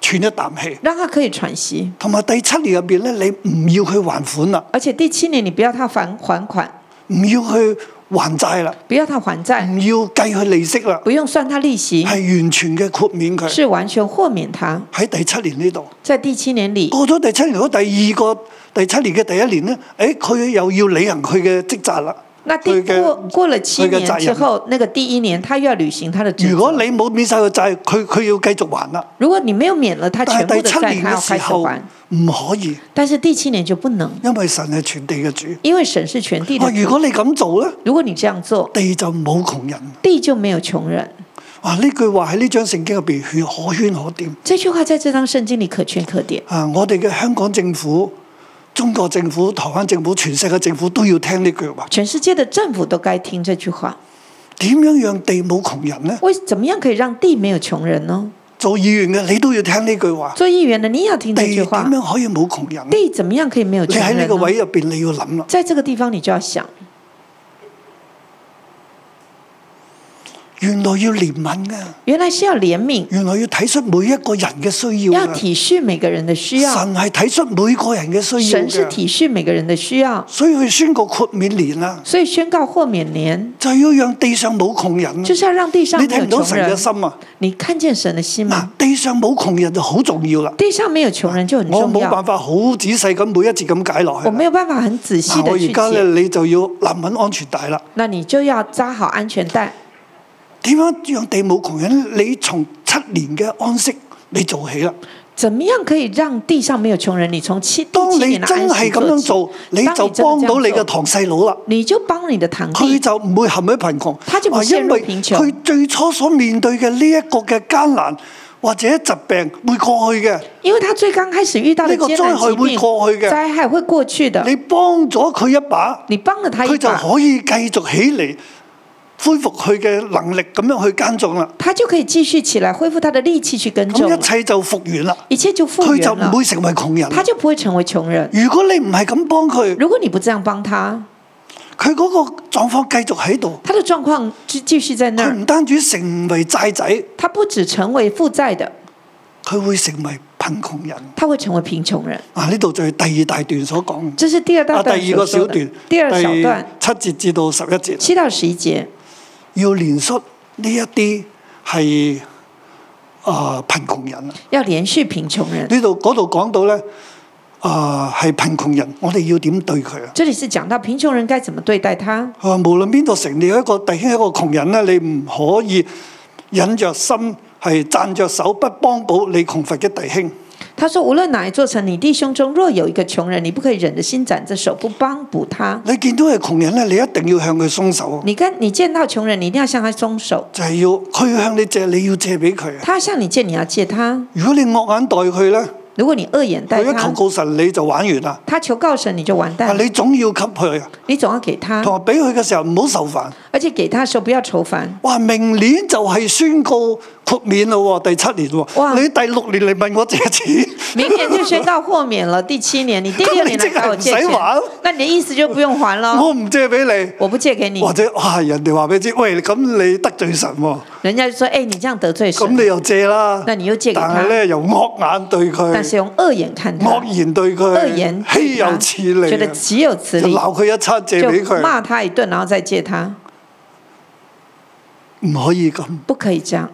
喘一啖氣。让他可以喘息。同埋第七年入邊咧，你唔要佢還款啦，而且第七年你不要他还还款，唔要佢還債啦，不要他还债，唔要計佢利息啦，不用算他利息，係完全嘅豁免佢。嗯是完全豁免他。喺第七年呢度在第七年里過咗第七年，嗰第二個第七年嘅第一年咧，誒佢又要履行佢嘅職責啦。那第佢嘅过过了七佢嘅責年任之后，那个第一年他又要履行他的职如果责。你冇免晒佢債，佢佢要繼續還啦。如果你没有免了他但全係部第的七债，年他要嘅开時始候还，唔可以，但是第七年就不能，因為神係全地嘅主。因为神是全地哇！的。啊如果你咁做咧，如果你这样做，地就冇窮人。地就没有穷人。哇！呢句話喺呢張聖經入邊，圈可圈可點这句话在这张圣经里可圈可点。啊！我哋嘅香港政府、中國政府、台灣政府、全世界政府都要聽呢句話。全世界的政府都该听这句话。點樣讓地冇窮人呢？为怎么样可以让地没有穷人呢？做議員嘅你都要聽呢句話。做议员的你也要听地这句點话。樣可以冇窮人呢？地怎么样可以没有你穷喺人呢？呢個位入邊，你要諗啦。在这个地方你就要想，原來要憐憫嘅，原來是要憐悯，原來要睇出每一個人嘅需要要嘅。体恤每个人的需要。神係睇出每個人嘅需要神是嘅，体恤每个人的需要，所以佢宣告豁免年啦，所以宣告豁免年，就係要讓地上冇窮人啊。就是要让地上你没睇有唔到穷神嘅人。嗯心啊！你看见神的心嗱吗？，地上冇窮人就好重要啦。地上没有穷人就很我嗯重冇要辦。法好仔細咁每一節咁解落去我啦。没有办法很仔细嗱，我的而去家咧解，你就要立穩安全帶啦。那你就要扎好安全带。點樣讓地冇窮人？你從七年嘅安息你做起啦。怎么样可以让地上没有穷人？你从七當第七你年的真安係息咁樣做起做，你当就真的幫到你这嘅样做堂細佬啦。你就幫你的堂佢弟，就唔會陷喺貧窮，他就唔啊陷因入為貧窮佢最初所面對嘅呢一個嘅艱難或者疾病會過去嘅，因為他最剛開始遇到的呢個艱難災害疾會病，過去嘅災害會過去的。你幫咗佢一把，你幫了他佢一就把，可以繼續起嚟，恢復佢嘅能力，咁樣去耕種啦。他就可以繼續起來，恢復他的力氣去耕種咁一了，切就復原啦，一切就復佢就原唔了，會成為窮人。他就不會成為窮人。如果你唔係咁幫佢，如果你不這樣幫他，佢嗰個狀況繼續喺度，他的狀況繼繼續在那佢兒，唔單止成為債仔，他不止成為負債的，佢會成為貧窮人。他會成為貧窮人。啊，呢度就係第二大段所講。這是第二大啊，段第二個所小說段的，，第二小段第七節至到十一節，七到十一節，要連率呢一啲係啊貧窮人啊要連續貧窮人。呢度嗰度講到咧啊係貧窮人，我哋要點對佢啊？這裡是講到貧窮人該怎麼對待他。佢話無論邊度成，你有一個弟兄一個窮人咧，你唔可以忍着心係攢着手不幫補你窮乏嘅弟兄。他说：“无论哪一座城，你弟兄中若有一个穷人，你不可以忍着心斬着手不帮补他。你見到係窮人咧，你一定要向佢鬆手，啊你跟你见到窮人，你一定要向他鬆手。就係要佢向你借，你要借俾佢啊。他向你借，你要借他。如果你惡眼待佢咧，如果你惡眼待佢一求他，告神你就玩完啦。他求告神，你就完啊！蛋。你總要給佢，啊你總要給他，同埋俾佢嘅時候唔好受煩。而且給他的時候不要愁煩。哇！明年就係宣告豁免咯喎，第七年哇喎，你第六年嚟問我借錢，明年就宣告豁免了，第七年你第六年來找我借那你這個錢很煩，那你的意思就不用還了。我唔借俾你，我不借給你或，者哇人哋話俾你知，喂咁你得罪神喎，人家就說：哎、你這樣得罪咁神。你又借啦，那你又借給但他係，咧又惡眼對但佢，是用惡眼看他惡，言對惡言佢，對稀他有此理覺得啊，岂有此就理。鬧佢一餐借俾就佢，罵他一頓，然後再借他，唔可以咁，不可以这样。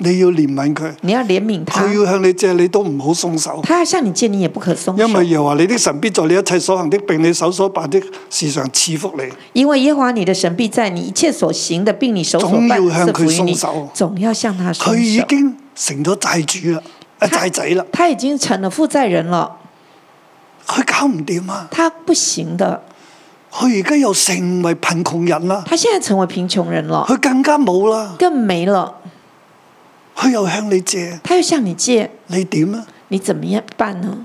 你要憐憫佢，你要憐憫他，佢要向你借，你都唔好鬆手。他要向你借，你也不可鬆因為手，耶和華你的神必在你一切所行的，並你手所辦的事上賜福你。因為耶和華你的神必在你一切所行的，并你手所辦的總要向賜福於佢你鬆手，總要向他佢已鬆手。經成咗債主 [LAUGHS] 啦，啊債仔啦，他已經成了負債人了，佢搞唔掂啊！他不行的，佢而家又成為貧窮人啦，他現在成為貧窮人了，佢更加冇啦，更沒了。佢又向你借，他又向你借，你點啊？你怎麼樣辦呢？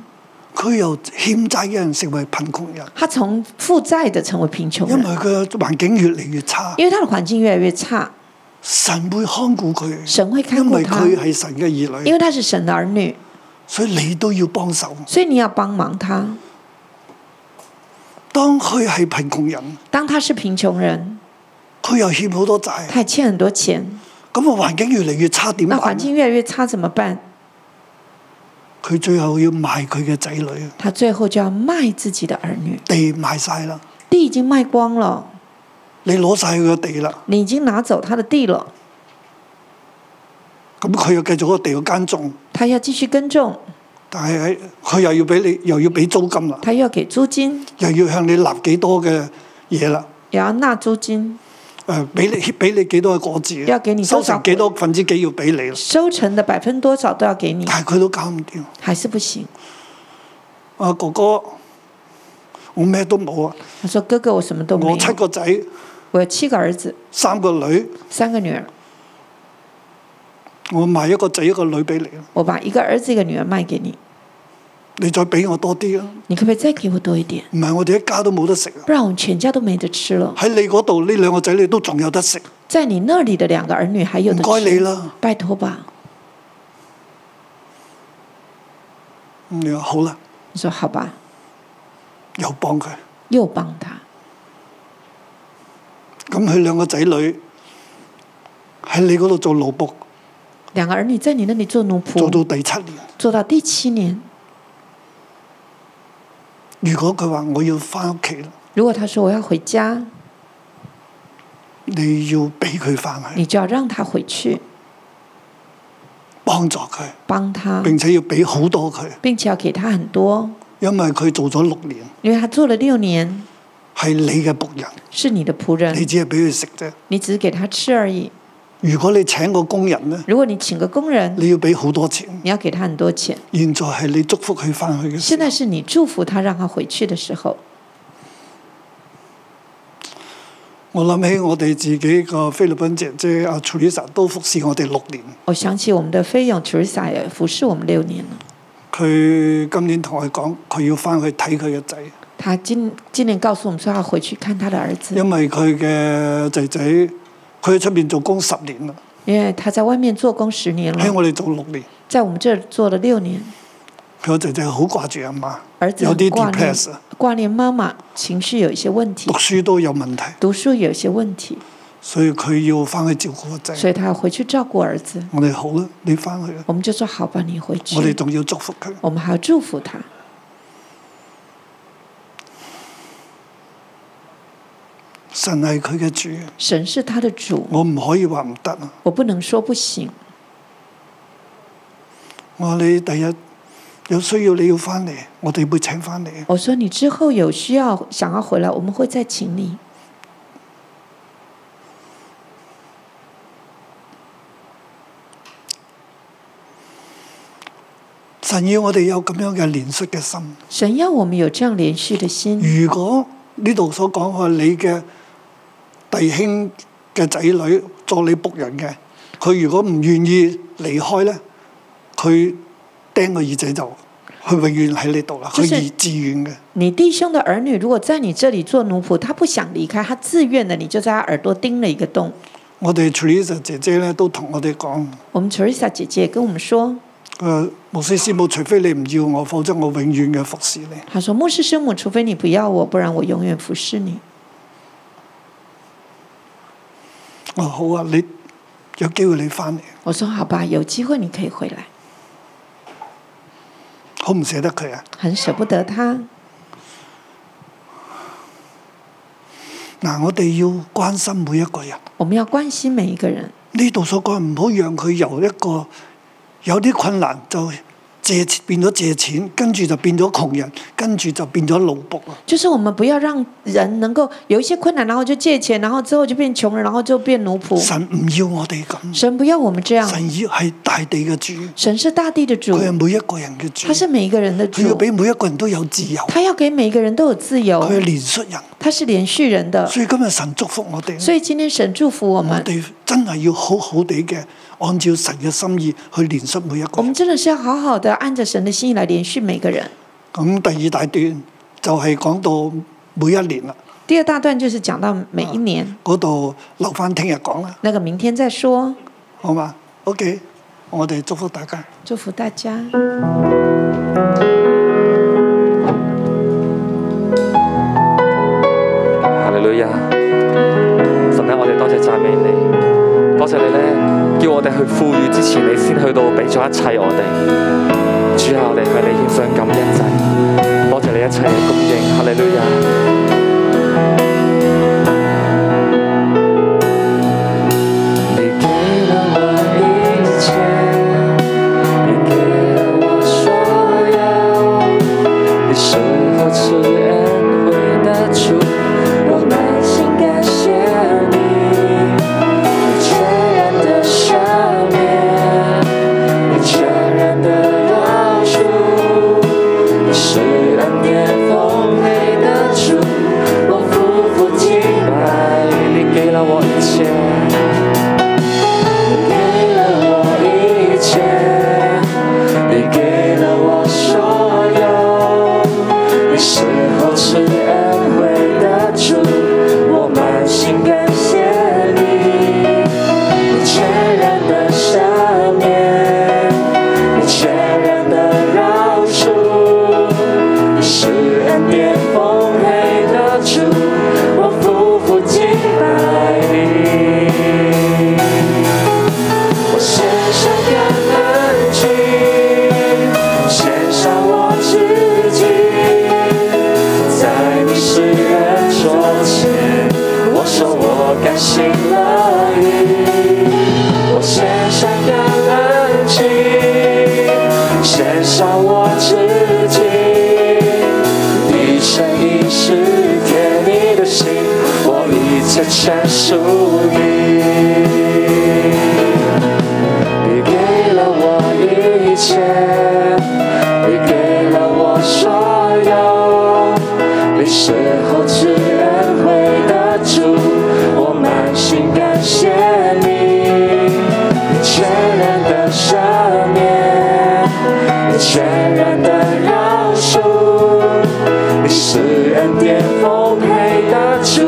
佢又欠債嘅人成為貧窮人，他從負債的成為貧窮因為人，佢嘅環境越嚟越差，因為他的環境越來越差，神會看顧佢，神會看顧因為他佢係神嘅兒因女，為他是神的兒女，所以你都要幫手。所以你要幫忙他。當佢係貧窮人，當他是貧窮人，佢又欠好多債。他也欠很多錢，咁啊，環境越嚟越差，點那辦啊環呢？境越來越差怎麼辦？佢最後要賣佢嘅仔女，他最後就要賣自己的兒女，地賣晒啦，地已經賣光了，你攞晒佢嘅地啦，你已經拿走他的地了，咁佢又繼續嗰個地嘅耕種，他要繼續耕種，但係喺佢又要俾你，又要俾租金啦，他又要給租金，又要向你納幾多嘅嘢啦，也要納租金，誒、俾你俾你幾多嘅果子，啊要給你收多少成幾多分之幾要俾你啦，收成的百分多少都要給你，但係佢都搞唔掂。還是不行。啊哥哥，我咩都冇啊，他說：“哥哥，我什麼都沒我有七，個仔，我有七個兒子，三個女，三個女兒，我賣一個仔一個女俾你啦，我把一個兒子一個女兒賣給你，你再俾我多啲啊，你可不可以再給我多一點？唔係我哋一家都冇得食啊。不然我們全家都沒得吃了。喺你嗰度呢兩個仔女都仲有得食，在你那裡的兩個兒女還有唔的該你吃，啦。拜托吧。”咁你話好啦，你說：“好吧。”又幫佢。又幫他。咁佢兩個仔女係喺你嗰度做奴仆，两个儿女在你那里做奴仆，做到第七年。做到第七年，如果佢話我要翻屋企啦，如果他说我要回家，你要俾佢翻去，你就要让他回去，幫助佢，帮他，並且要俾好多佢，并且要给他很多，因為佢做咗六年，因为他做了六年，係你嘅仆人，是你的仆你人，只係俾佢食啫。你只是给他吃而已。如果你請個工人咧，如果你请个工人，你要俾好多錢。你要给他很多錢。現在係你祝福佢翻去嘅時现候在是你祝福他，让他回去的时候。我諗起我哋自己個菲律賓姐姐阿 Teresa 都服侍我哋六年，我想起我们的菲佣 Teresa 也服侍我们六年了。佢今年同我講，佢要翻去睇佢嘅仔，她今今年告诉我們说，要回去看她的儿子，因為佢嘅仔仔佢喺出面做工十年啦，因为他在外面做工十年喺了，我哋做六年，在我们这儿做了六年，佢個仔仔好掛住阿媽，儿子有很啲挂念 depress 啊，挂念妈妈，情绪有一些问题讀，書都有問題，读书有一些问题，所以佢要翻去照顧個仔。所以他要回去照顾儿子。我哋好啦，你翻去啦，我们就说好吧，你回去我，哋仲要祝福佢。我们还要祝福他。神係佢嘅主，啊神是他的主，我唔可以話唔得啊！我不能说不行。我話你第日有需要你要翻嚟，我哋會請啊翻你。我哦说你之后有需要想要回来，我们会再请你。神要我哋有咁樣嘅憐恤嘅心。神要我们有这样连续的心。如果呢度所講話你嘅弟兄嘅仔女做你仆人嘅，佢如果唔願意離開咧，佢釘個耳仔就佢永遠喺呢度啦，佢就是自自願嘅。你弟兄的儿女如果在你这里做奴仆，他不想离开，他自愿的，你就在他耳朵钉了一个洞。我哋 Teresa 姐姐咧都同我哋講：，我们 Teresa 姐姐也跟我们说，佢話牧師師母，除非你唔要我，否則我永遠嘅服侍你。她说：“牧师师母，除非你不要我，不然我永远服侍你。我話好啊，你有機會你翻嚟，”我说：“好吧，有机会你可以回来。好唔捨得佢啊！”很舍不得他。嗱，我哋要關心每一個人。我们要关心每一个人。呢度所講唔好讓佢由一個有啲困難就借錢變咗借錢，跟住就變咗窮人，跟住就變咗奴仆啊！就是我们不要让人能够有一些困难，然后就借钱，然后之后就变穷人，然后就变奴仆。神唔要我哋咁，神不要我们这样。神要係大地嘅主，神是大地的主佢，係每一個人嘅主他，是每一个人的佢要主，俾每一個人都有自由，他要给每一个人都有自由佢，係連率人，他是连续人的。所以今日神祝福我哋，所以今天神祝福我我们，哋真係要好好地嘅按照神嘅心意去連率每一個我人们。真的是要好好的按着神的心意来连续每个人。咁第二大段就係講到每一年啦，第二大段就是讲到每一年，嗰度留翻聽日講啦。那个明天再说。好嘛？OK，我哋祝福大家。祝福大家。哈利路亞！神啊咧，我哋多謝讚美你，多謝你咧，叫我哋去富裕之前，你先去到俾咗一切我哋。主啊，我哋向你獻上感恩祭，多謝你一切嘅供應。哈利路亞！你给了我一切，你给了我所有。你是我慈恩惠的主，我满心感谢你，你全然的赦免，你全然的饶恕，你是恩典丰沛的主，我夫妇敬拜你，给了我一切，你给了我一切。你给了我所有，你是厚慈恩惠的主，我满心感谢你，你全然的赦免，你全然的饶恕，你是恩典丰沛的主，我夫妇敬拜你。甘心乐意。我献上感恩祭，献上我自己，一生一世甜蜜的心，我一切全属你。你给了我一切，你给了我所有，你是厚慈恩惠的主，我满心感谢你，你全然的赦免，你全然的饶恕，你是恩典丰沛的主，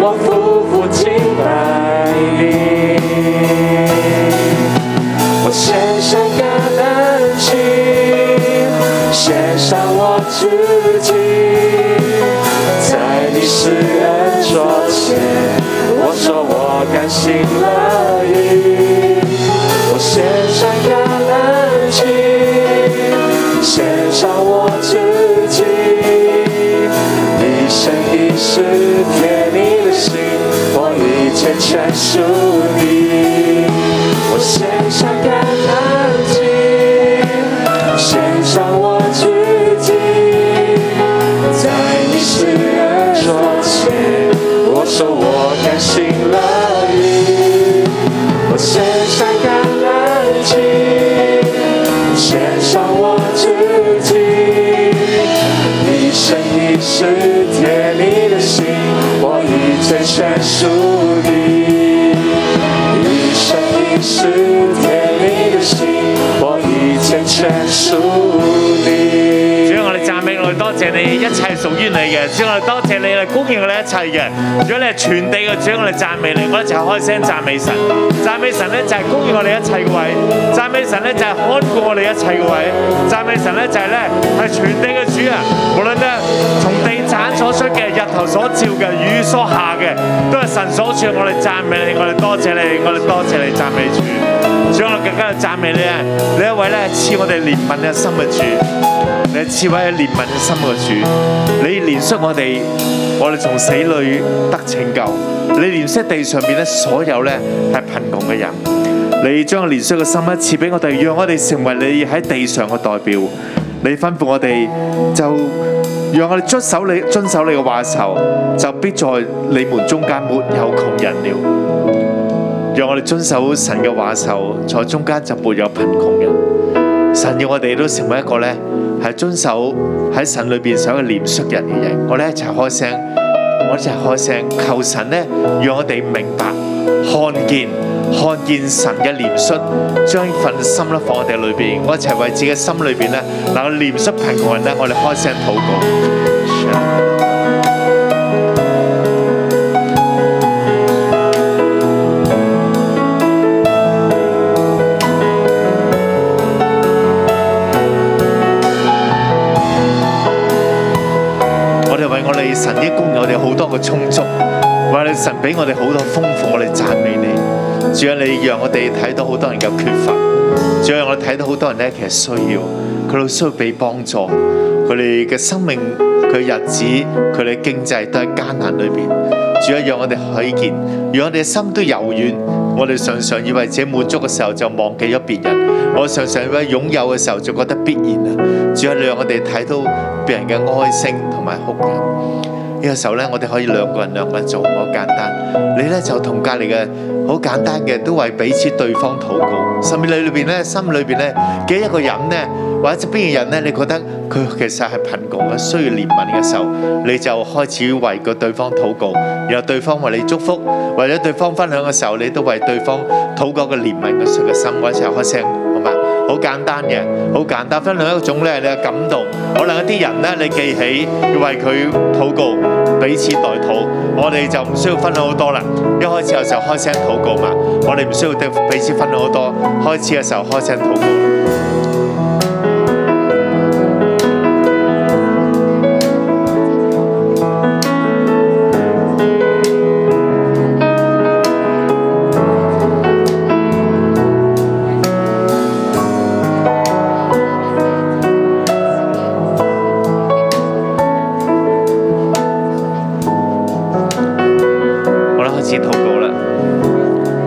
我夫妇敬拜你。我献上感恩心，献上我自己，在你施恩桌前，我说我甘心乐意。我献上感恩心，献上我自己，一生一世甜蜜的心，我一切全属你。我献上感恩祭，献上我自己，在你施恩桌前，我说我甘心乐意。我献上感恩祭，献上我自己，一生一世甜蜜的心，我一切全属你。一生一世甜蜜的心，我一切全属你。主，我哋讚美我哋，多謝你一切屬於你嘅。主，我哋多謝你嚟供應我哋一切嘅。如果你係全地嘅主，我哋讚美你，我哋一齊開聲讚美神。讚美神咧就係供應我哋一切嘅位，讚美神咧就係看顧我哋一切嘅位，讚美神咧就係咧係全地嘅主啊！無論咧從地產所出嘅、日頭所照嘅、雨所下嘅，都係神所賜。我哋讚美你，我哋多謝你，我哋多謝你，讚美主。主，我哋更加要讚美你啊！你一位咧賜我哋憐憫嘅心嘅主。你係賜位憐憫心嘅主，你憐恤我哋，我哋從死裏得拯救。你憐恤地上邊咧所有咧係貧窮嘅人，你將憐恤嘅心咧賜俾我哋，讓我哋成為你喺地上嘅代表。你吩咐我哋就。讓我哋遵守你遵守你嘅話嘅時候，就必在你們中間沒有窮人了。讓我哋遵守神嘅話嘅時候，在中間就沒有貧窮人。神要我哋都成為一個咧係遵守喺神裏邊所有憐恤人嘅人。我哋一齊開聲，我哋一齊開聲，求神咧讓我哋明白、看見、看見神嘅憐恤，將份心咧放我哋裏邊。我一齊為自己嘅心裏邊咧能夠憐恤貧窮人咧，我哋開聲禱告。我哋為我哋神嘅供應我哋好多嘅充足，為我哋神俾我哋好多豐富，我哋讚美你。主啊，你讓我哋睇到好多人嘅缺乏，主啊，我哋睇到好多人咧其實需要，佢哋需要被幫助，佢哋嘅生命、佢嘅日子、佢哋嘅經濟都喺艱難裏邊。主啊，讓我哋睇見，讓我哋嘅心都柔軟。我哋常常以為自己滿足嘅時候就忘記咗別人，我常常以為擁有嘅時候就覺得必然啊。主啊，你讓我哋睇到別人嘅哀聲同埋哭泣。呢個時候咧，我哋可以兩個人兩個人做，好簡單。你咧就同隔離嘅好簡單嘅，都為彼此對方禱告。甚至你裏邊咧，心裏邊咧，記得一個人咧，或者邊個人咧，你覺得佢其實係貧窮嘅，需要憐憫嘅時候，你就開始為個對方禱告，然後對方為你祝福，為咗對方分享嘅時候，你都為對方禱告嘅憐憫嘅嘅心，我一齊開聲，好嘛？好簡單嘅，好簡單。分享一種咧，你嘅感動，可能一啲人咧，你記起要為佢禱告，彼此代禱。我哋就唔需要分享好多啦。一開始嘅時候開聲禱告嘛，我哋唔需要對彼此分享好多。開始嘅時候開聲禱告。我哋開始先禱告啦。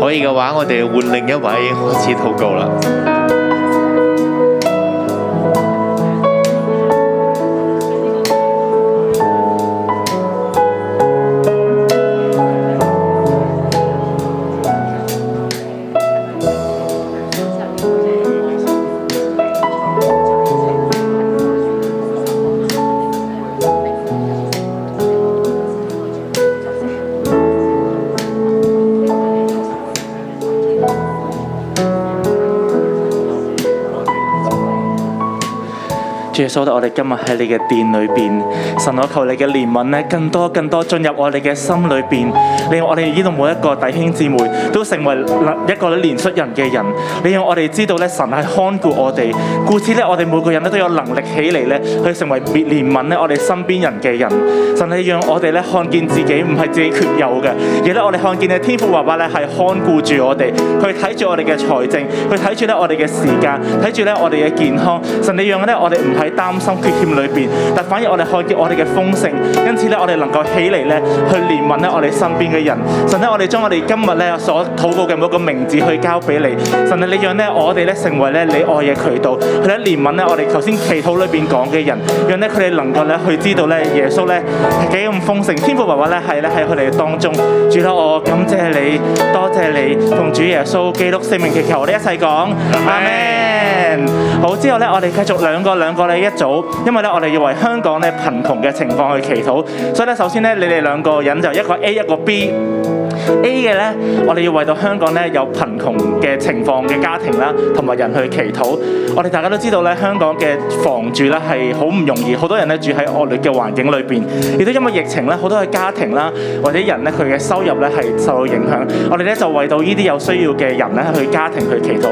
可以嘅話，我哋換另一位開始禱告啦。主耶穌，我哋今日喺你嘅殿裏邊，神，我求你嘅憐憫咧，更多更多進入我哋嘅心裏邊。你讓我哋呢度每一個弟兄姊妹都成為一個憐恤人嘅人。你讓我哋知道咧，神係看顧我哋，故此咧，我哋每個人咧都有能力起嚟咧，去成為別憐憫咧我哋身邊人嘅人。神，你讓我哋咧看見自己唔係自己缺有嘅，而咧我哋看見咧天父爸爸咧係看顧住我哋，佢睇住我哋嘅財政，佢睇住咧我哋嘅時間，睇住咧我哋嘅健康。神，你讓咧我哋唔喺擔心缺欠裏邊，但反而我哋看見我哋嘅豐盛，因此咧我哋能夠起嚟咧去憐憫咧我哋身邊嘅人。神咧，我哋將我哋今日咧所禱告嘅每一個名字去交俾你。神啊，你讓咧我哋咧成為咧你愛嘅渠道，去咧憐憫咧我哋頭先祈禱裏邊講嘅人，讓咧佢哋能夠咧去知道咧耶穌咧係幾咁豐盛，天父爸爸咧係咧喺佢哋當中。主啦，我感謝你，多謝你，同主耶穌基督聖名祈求，我哋一齊講阿門。好，之後咧我哋繼續兩個兩個咧一組，因為咧我哋要為香港咧貧窮嘅情況去祈禱，所以咧首先咧你哋兩個人就一個 A 一個 B。A 嘅咧，我哋要為到香港咧有貧窮嘅情況嘅家庭啦，同埋人去祈禱。我哋大家都知道咧，香港嘅房住咧係好唔容易，好多人咧住喺惡劣嘅環境裏邊，亦都因為疫情咧，好多嘅家庭啦或者人咧佢嘅收入咧係受到影響。我哋咧就為到呢啲有需要嘅人咧去家庭去祈禱。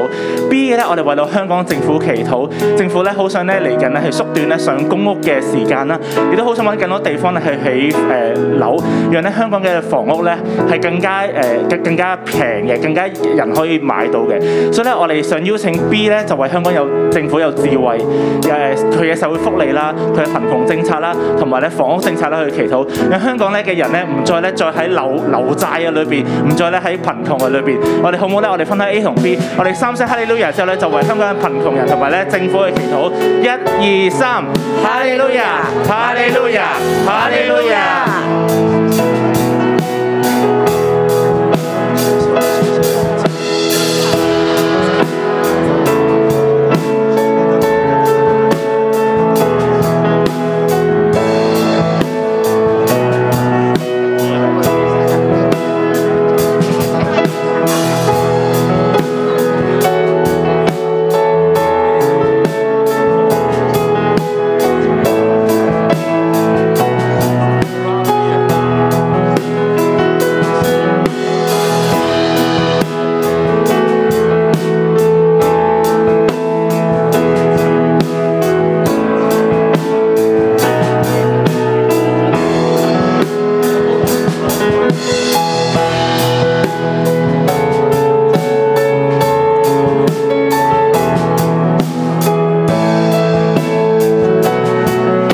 B 嘅咧，我哋為到香港政府祈禱，政府咧好想咧嚟緊咧去縮短咧上公屋嘅時間啦，亦都好想揾更多地方咧去起誒樓，讓咧香港嘅房屋咧係更加誒、呃更更加平嘅，更加人可以買到嘅。所以咧，我哋想邀請 B 咧，就為香港有政府有智慧誒佢嘅社會福利啦，佢嘅貧窮政策啦，同埋咧房屋政策啦去祈禱，讓香港咧嘅人咧唔再咧再喺樓樓債嘅裏邊，唔再咧喺貧窮嘅裏邊。我哋好唔好咧？我哋分開 A 同 B，我哋三聲哈利路亞之後咧，就為香港嘅貧窮人同埋咧政府去祈禱。一二三，哈利路亞，哈利路亞，哈利路亞。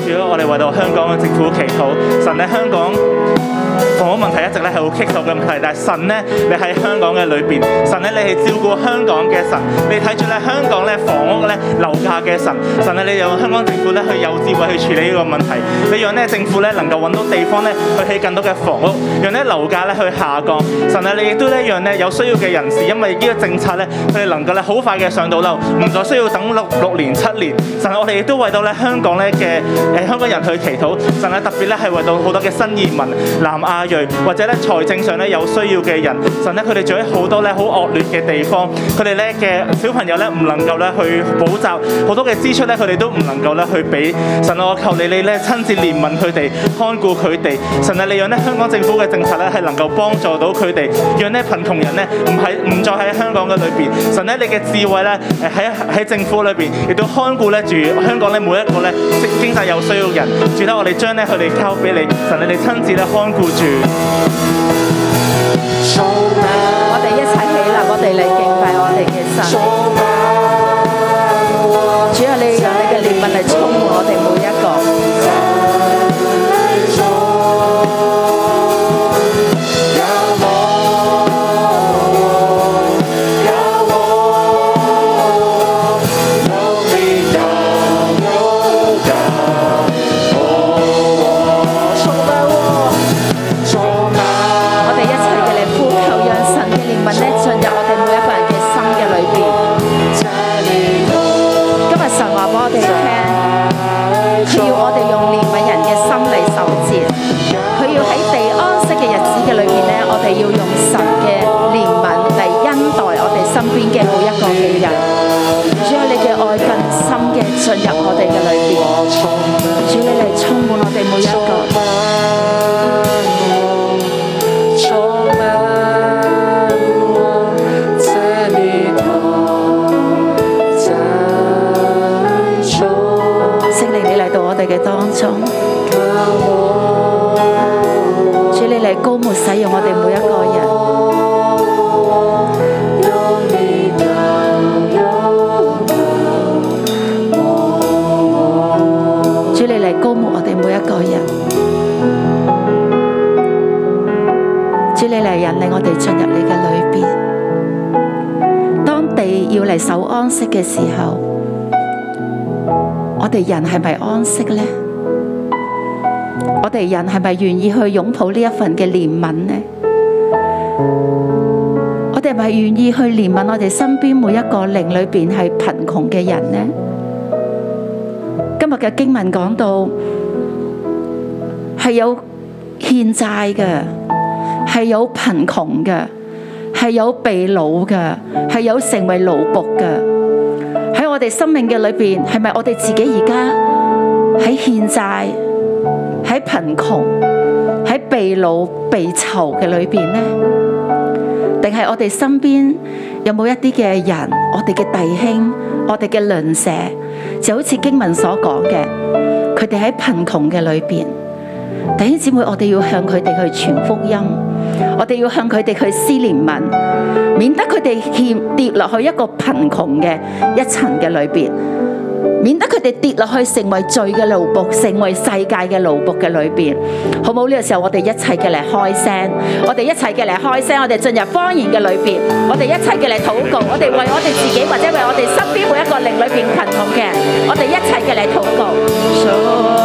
如果我哋為到香港嘅政府祈禱，神喺香港房屋問題一直咧係好棘手嘅問題，但係神咧，你喺香港嘅裏邊，神咧你係照顧香港嘅神，你睇住咧香港咧房屋咧樓價嘅神，神咧你讓香港政府咧去有智慧去處理呢個問題，你讓咧政府咧能夠揾到地方咧去起更多嘅房屋，讓咧樓價咧去下降，神啊你亦都咧讓咧有需要嘅人士，因為呢個政策咧佢哋能夠咧好快嘅上到樓，唔再需要等六六年七年，神啊我哋亦都為到咧香港咧嘅誒香港人去祈禱，神啊特別咧係為到好多嘅新移民、南亞裔、或者咧財政上咧有需要嘅人，神咧佢哋住喺好多咧好惡劣嘅地方，佢哋咧嘅小朋友咧唔能夠咧去補習，好多嘅支出咧佢哋都唔能夠咧去俾。神啊，我求你你咧親自憐憫佢哋，看顧佢哋。神啊，你讓咧香港政府嘅政策咧係能夠幫助到佢哋，讓咧貧窮人咧唔喺唔再喺香港嘅裏邊。神啊咧你嘅智慧咧誒喺喺政府裏邊，亦都看顧咧住香港咧每一個咧經濟有需要嘅人。主啊咧我哋將咧佢哋交俾你，神啊你親自咧看顧住。充滿，我哋一齊起立，我哋嚟敬拜我哋嘅神充。滿我主啊，你讓你嘅憐憫嚟充滿我哋每一個。愛中，让我，让我用力摇，用摇，我崇拜我，充满。我哋一齊嘅嚟呼求，讓神嘅憐憫咧進入我哋每一個人嘅心嘅裏邊。今日神話俾我哋聽，佢要我哋用憐憫人嘅心嚟受節，佢要喺地安息嘅日子嘅裏邊咧，我哋要用神嘅憐憫嚟恩待我哋身邊嘅每一個嘅人。主啊，你嘅愛更深嘅進入我哋嘅裏邊，主你嚟充滿我哋每一個。充满我在你同在中，圣灵，你嚟到我哋嘅当中，让我主你嚟高抹使用我哋每一个人，用你的拥抱我主你嚟高抹我哋每一个人，主你嚟引领我哋进入你嘅里边。当地要嚟守安息嘅时候，我哋人系咪安息呢？我哋人系咪愿意去拥抱呢一份嘅怜悯呢？我哋係咪願意去憐憫我哋身邊每一個靈裏邊係貧窮嘅人呢？今日嘅經文講到係有欠債嘅，係有貧窮嘅，係有被擄嘅，係有成為奴仆嘅。喺我哋生命嘅裏邊，係咪我哋自己而家喺欠債、喺貧窮、喺被擄、被囚嘅裏邊呢？定係我哋身邊有冇一啲嘅人，我哋嘅弟兄、我哋嘅鄰舍，就好似經文所講嘅，佢哋喺貧窮嘅裏邊，弟兄姊妹，我哋要向佢哋去傳福音，我哋要向佢哋去施憐憫，免得佢哋欠跌落去一個貧窮嘅一層嘅裏邊。免得佢哋跌落去成為罪嘅奴仆，成為世界嘅奴仆嘅裏邊，好冇？呢、個時候我哋一齊嘅嚟開聲，我哋一齊嘅嚟開聲，我哋進入方言嘅裏邊，我哋一齊嘅嚟禱告，我哋為我哋自己或者為我哋身邊每一個靈裏邊貧窮嘅，我哋一齊嘅嚟禱告。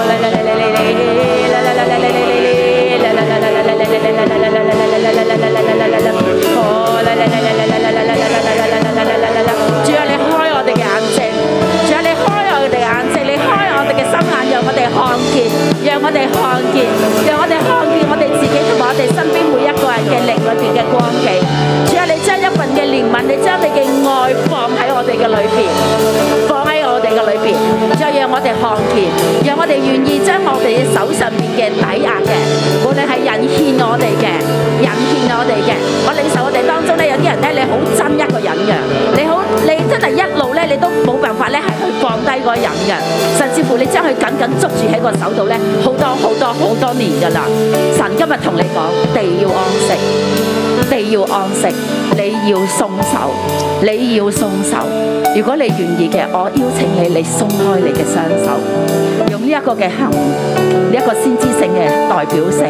主啊，你開我哋嘅眼睛，主啊，你開我哋嘅眼睛，你開我哋嘅心眼，讓我哋看見，讓我哋看見，讓我哋看見我哋自己同埋我哋身邊每一個人嘅靈裏邊嘅光景。主啊，你將一份嘅憐憫，你將你嘅愛放喺我哋嘅裏邊，放喺我哋嘅裏邊，再讓我哋看見，讓我哋願意將我哋嘅手上面嘅抵押嘅，無論係人欠我哋嘅，人欠我哋嘅，我領受我哋當中咧有啲人咧，你好憎一個人嘅，你好你真係一路咧你都冇辦法咧係去放低嗰個人嘅，甚至乎你將佢緊緊捉住喺個手度咧，好多好多好多年㗎啦。神今日同你講，地要安息。你要安息，你要鬆手，你要鬆手。如果你願意嘅，我邀請你，你鬆開你嘅雙手，用呢一個嘅行，呢、一個先知性嘅代表性，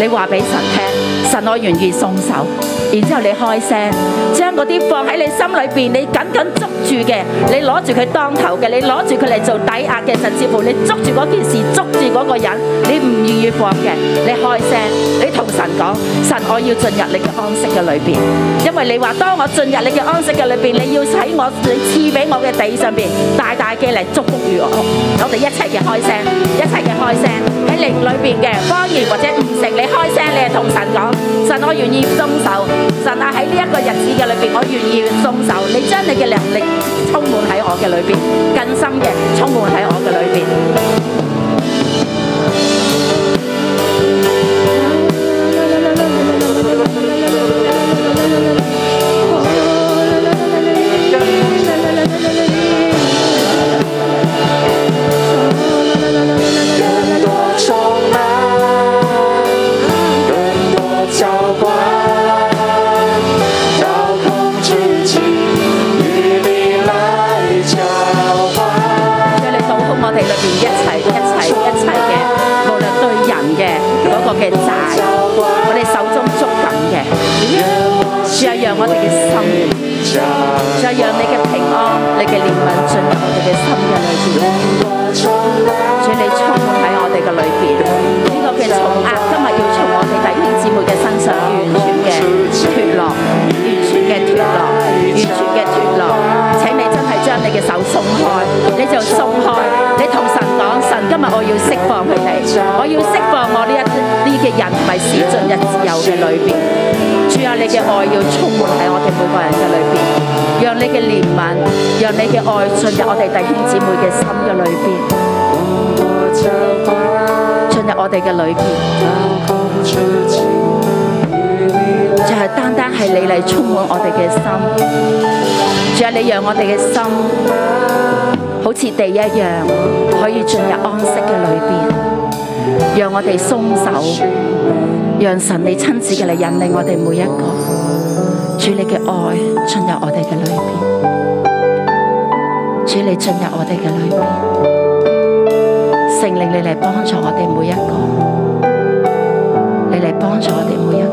你話俾神聽，神我願意鬆手。然之後你開聲，將嗰啲放喺你心裏邊，你緊緊捉住嘅，你攞住佢當頭嘅，你攞住佢嚟做抵押嘅，甚至乎你捉住嗰件事，捉住嗰個人，你唔願意放嘅，你開聲，你同神講，神我要進入你嘅安息嘅裏邊，因為你話當我進入你嘅安息嘅裏邊，你要喺我你賜俾我嘅地上邊大大嘅嚟祝福於我，我哋一齊嘅開聲，一齊嘅開聲喺你靈裏邊嘅方言或者唔成，你開聲你係同神講，神我願意鬆手，神啊喺呢一個日子嘅裏邊，我願意鬆手，你將你嘅能力充滿喺我嘅裏邊，更深嘅充滿喺我嘅裏邊。更多充满，更多交换，掏空自己，与你来交换。主你倒空我哋裏邊一切一切一切嘅，無論對人嘅嗰個嘅債，我哋手中捉緊嘅，主啊，讓我哋嘅心，主啊，讓你嘅平安、你嘅憐憫進入我哋嘅心嘅裏邊，主你充滿喺我哋嘅裏邊，呢個嘅重壓今日要從我哋弟兄姊妹嘅身上完全嘅脱落，完全嘅脱落，完全嘅脱落，請你真係將你嘅手鬆開，你就鬆開，你同神講，神今日我要釋放佢哋，我要釋放我呢一呢嘅人唔係使盡日自由嘅裏邊，主啊，你嘅愛要充滿喺我哋每個人嘅裏邊，讓你嘅憐憫，讓你嘅愛進入我哋弟兄姊妹嘅心嘅裏邊，進入我哋嘅裏邊。就係單單係你嚟充滿我哋嘅心，仲有你讓我哋嘅心好似地一樣，可以進入安息嘅裏邊，讓我哋鬆手，讓神你親自嘅嚟引領我哋每一個，主你嘅愛進入我哋嘅裏邊，主你進入我哋嘅裏邊，聖靈你嚟幫助我哋每一個，你嚟幫助我哋每一個。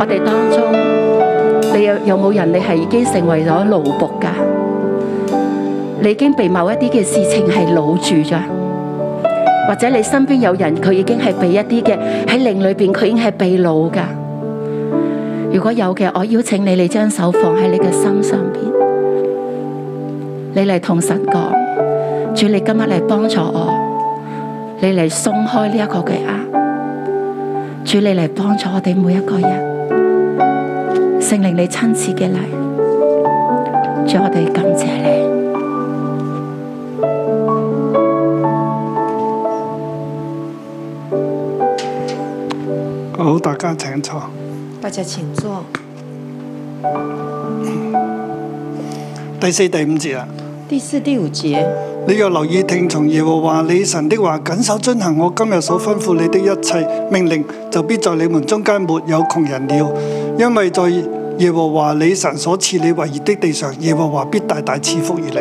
我哋當中，你有有冇人你係已經成為咗奴仆㗎？你已經被某一啲嘅事情係擄住咗，或者你身邊有人佢已經係被一啲嘅喺靈裏邊佢已經係被擄㗎。如果有嘅，我邀請你，你將手放喺你嘅心上邊，你嚟同神講，主你今日嚟幫助我，你嚟鬆開呢一個嘅壓。主你嚟幫助我哋每一個人，聖靈你親切嘅嚟，主我哋感謝你。好，大家請坐。大家請坐。第四、第五節啊，第四、第五節，你若留意聽從耶和華你神的話，謹守遵行我今日所吩咐你的一切命令，就必在你們中間沒有窮人了。因為在耶和華你神所賜你為業的地上，耶和華必大大賜福於你。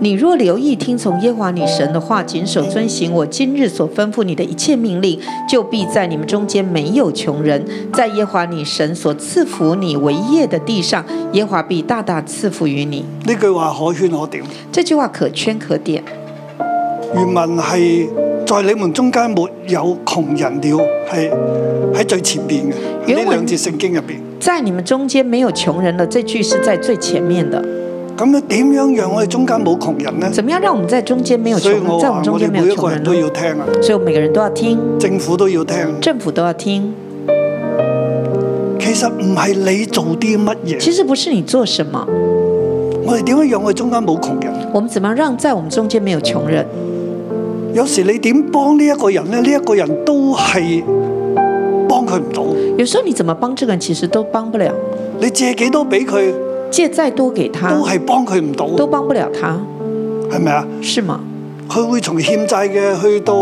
你若留意聽從耶和華你神的話，谨守遵行我今日所吩咐你的一切命令，就必在你们中间没有穷人。在耶和华你神所赐福你为业的地上，耶和华必大大赐福于你。呢句話可圈可點。这句话可圈可點。原文係在你們中間沒有窮人了，係喺最前面嘅原文呢兩節聖經入邊。在你们中间没有穷人了，这句是在最前面的。咁樣點樣讓我哋中間冇窮人呢？怎么样让我们在中间没有所穷以人，我在我話们中我间哋没每有一穷個人人都呢？要聽啊，所以我们每个人都要听，政府都要聽。政府都要听。其實唔係你做啲乜嘢，其實不是你做什么，我哋點樣讓我哋中間冇窮人？我们怎么样让在我们中间没有穷人？有時你點幫呢一個人呢？呢、一個人都係幫佢唔到。有时候你怎么帮这个人，其实都帮不了，你借幾多俾佢，借再多给他都係幫佢唔到，都帮不了他，係咪啊？是吗？佢會從欠債嘅去到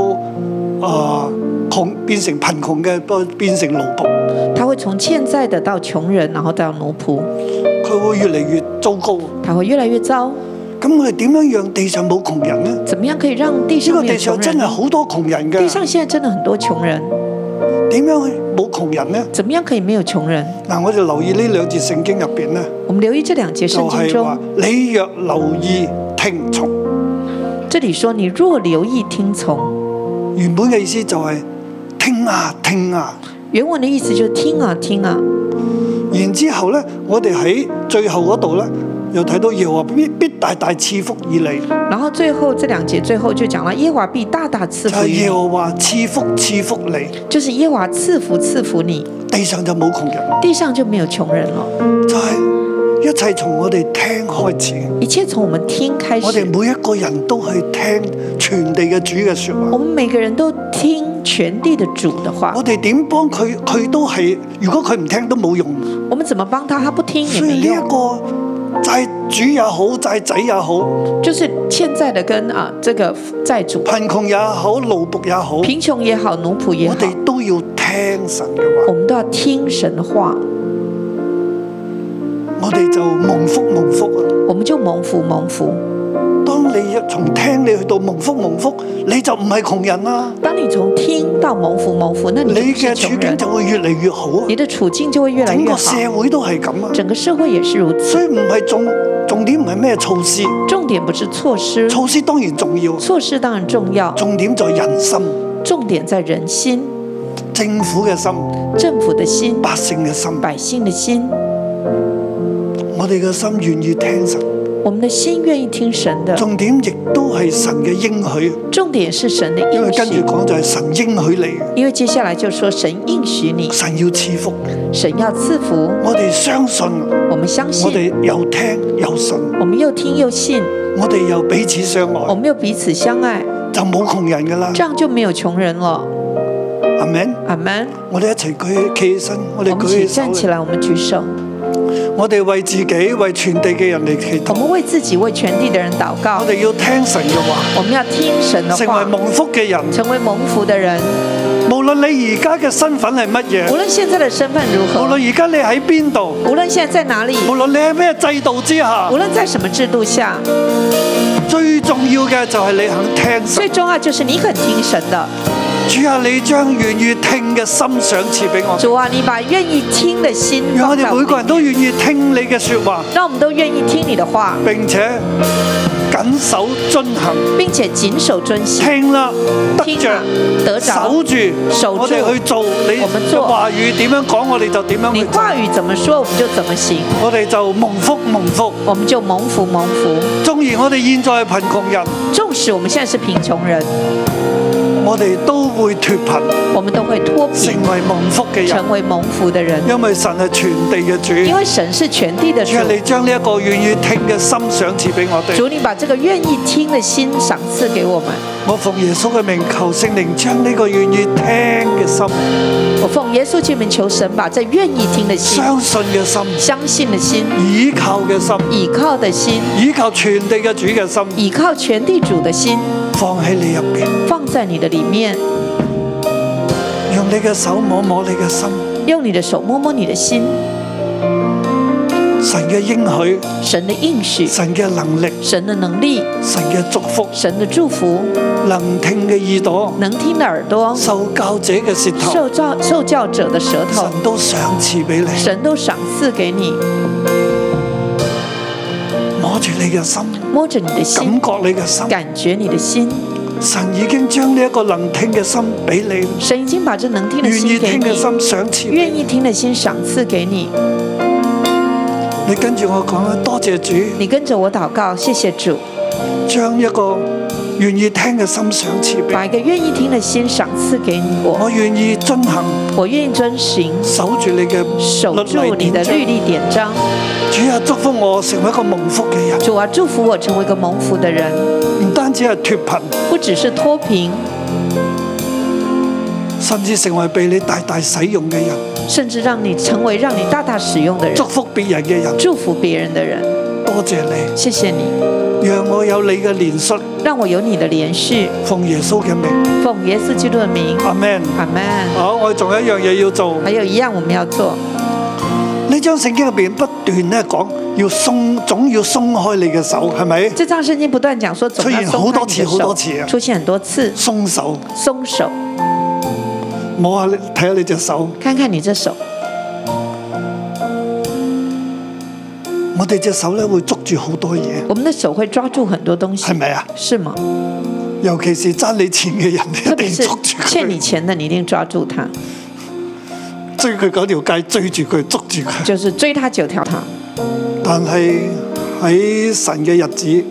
啊、窮變成貧窮嘅，不變成奴仆，他会从欠债的到窮人，然后到奴仆，佢會越嚟越糟糕。他会越来越糟。咁我哋點樣讓地上冇窮人呢？呢、怎么样可以让地個上没有地穷上真人係？好多窮人地嘅，上現在真的很多窮人，點樣去冇窮人呢？怎么樣可以沒有窮人？嗱，我哋留意呢兩節聖經入邊呢，我們留意這兩節就聖經係話中，你若留意聽從，這裡說你若留意聽從，原本嘅意思就係聽啊聽啊，原文的意思就是聽啊聽啊。然之後呢，我哋喺最後嗰度呢，又睇到耶和華必必大大賜福以你，然后最后这两节最后就讲了耶和华必大大赐就係福耶你，和華賜福賜福你，就是耶和华赐福赐福你，地上就冇窮人，地上就没有穷人了。就係、一切從我哋聽開始，一切從我们听开我哋始，每一個人都去聽全地嘅主嘅説我話。们每个人都听全地的主的话我。哋點幫佢，佢都係。如果佢唔聽都冇用。我们怎么帮他，他不听也所没以呢一用。個債主也好，債仔也好，就是欠债的跟啊这个债主，貧窮也好，奴仆也好，贫穷也好，奴仆也我好，哋都要聽神嘅我話，们都要听神的话，我哋就蒙福蒙福啊！我们就蒙福蒙福。當你從聽你去到蒙福蒙福，你就唔係窮人啦，当你从听到蒙福蒙福，那你你就不嘅是處穷境人，就會越嚟越好啊！你的处境就会越来整越個好。社會都係咁啊！整个社会也是如此。所以唔係重重點唔係咩措施，重点不是措施，措施當然重要，措施当然重要，重點在人心、重点在人心、政府嘅心、政府的心、百姓嘅心，百姓的心。我哋嘅心願意聽神。我们的心愿意听神的，重點亦都係神嘅應許，重点是神的因為应跟住许。講就係神應許你，因为接下来就说神应许你，神要賜福。神要赐福，我哋相信，我我们相信，哋又聽又信，我们又听又信，我哋又彼此相我愛，们又彼此相爱，就冇窮人噶啦这，样就没有穷人了。係咪？阿门。我哋一齊舉起企起身，我哋我们舉一起起手站起嚟，来，我们举手，嗯我哋為自己、為全地嘅人嚟祈我禱。们为自己、为全地的人祷告我。哋要聽神嘅話，我们要听神的成為话，蒙嗯福嘅人。成为蒙福的人。無論你而家嘅身份係乜无嘢，论现在的身份如無何，論而家你喺邊度，无论现在在哪里，無論你喺咩制度之下无，论在什么制度下，最重要嘅就係你肯聽神最。重要就是你肯听神的。主啊，你將願意聽嘅心想賜俾我，主啊，你把愿意听的心讓我放哋在每我個们，人都願意聽你嘅说話，让我们都愿意听你的话，並且緊守遵行，并且谨守遵行。聽啦，得听着了，啊得着守，住，守住我哋去做你我們嘅做話語點樣講，我哋就點樣你去做，话语怎么说，我们就怎么行，我哋就蒙福蒙福。我们就蒙福蒙福。縱然我哋現在係貧窮人，纵使我们现在是贫穷人，我哋都會脱貧，我们都会脱贫，成為蒙福嘅人，嗯成为蒙福的人，因為神係全地嘅因主。为神是全地的主主。啊，你將呢一個願意聽嘅心想賜俾我哋。主，你把这个愿意听的心赏赐给我们。我奉耶穌嘅名求聖靈將呢個願意聽嘅心、我奉耶穌之名求神，把这愿意听的心、相信嘅心、相信的心、倚靠嘅心、倚靠的心、倚靠全地嘅主嘅心，倚靠全地主的心，放喺你入邊，放在你的里面。用你嘅手摸摸你嘅心。用你的手摸摸你的心，神嘅應許、神的应许、神嘅能力、神的能力、神嘅祝福，神的祝福，能聽嘅耳朵、能听的耳朵，受教者嘅舌頭，受教受教者的舌头，神都賞賜俾你。神都赏赐给你。摸住你嘅心，摸着你的感心，覺你嘅心，感觉你的心，神已經將呢一個能聽嘅心俾你，神已经把这能听的願意心给聽嘅你，心想賜俾愿你。意听的心赏赐给你。你跟住我講啦，多謝主。你跟着我祷告，谢谢主，將一個願意聽嘅心想賜俾把我一个愿意听的心赏赐给我，我，願意遵行我愿意遵行，守住你嘅守律住例你典的律章。例典章。主啊，祝福我成為一個蒙福嘅人，主啊，祝福我成为一个蒙福的人，唔單止係脱貧，不只是脱贫，甚至成為被你大大使用嘅人，甚至让你成为让你大大使用的人祝，福別人嘅人。祝福别人的人。多謝你，谢谢你，讓我有你嘅憐恤，让我有你的连续。奉耶穌嘅名，奉耶稣基督的名，阿 Man。阿门。好，我仲有一樣嘢要做，还有一样我们要做，呢張聖經入邊不斷咧講，要鬆，總要鬆開你嘅手，係咪？这张圣经不断讲说，总要出现松好多开你次的好多次啊手，出现很多次，鬆手，松手，摸啊下你睇下你隻手，看看你这手，我哋隻手咧會捉住好多嘢。我们的手会抓住很多东西係，咪啊？是吗？尤其是爭你錢嘅人，你特一别定是捉住欠你佢，钱的，你一定抓住他，追佢嗰條街，追住佢，捉住佢。就是追他九条他。但係喺神嘅日子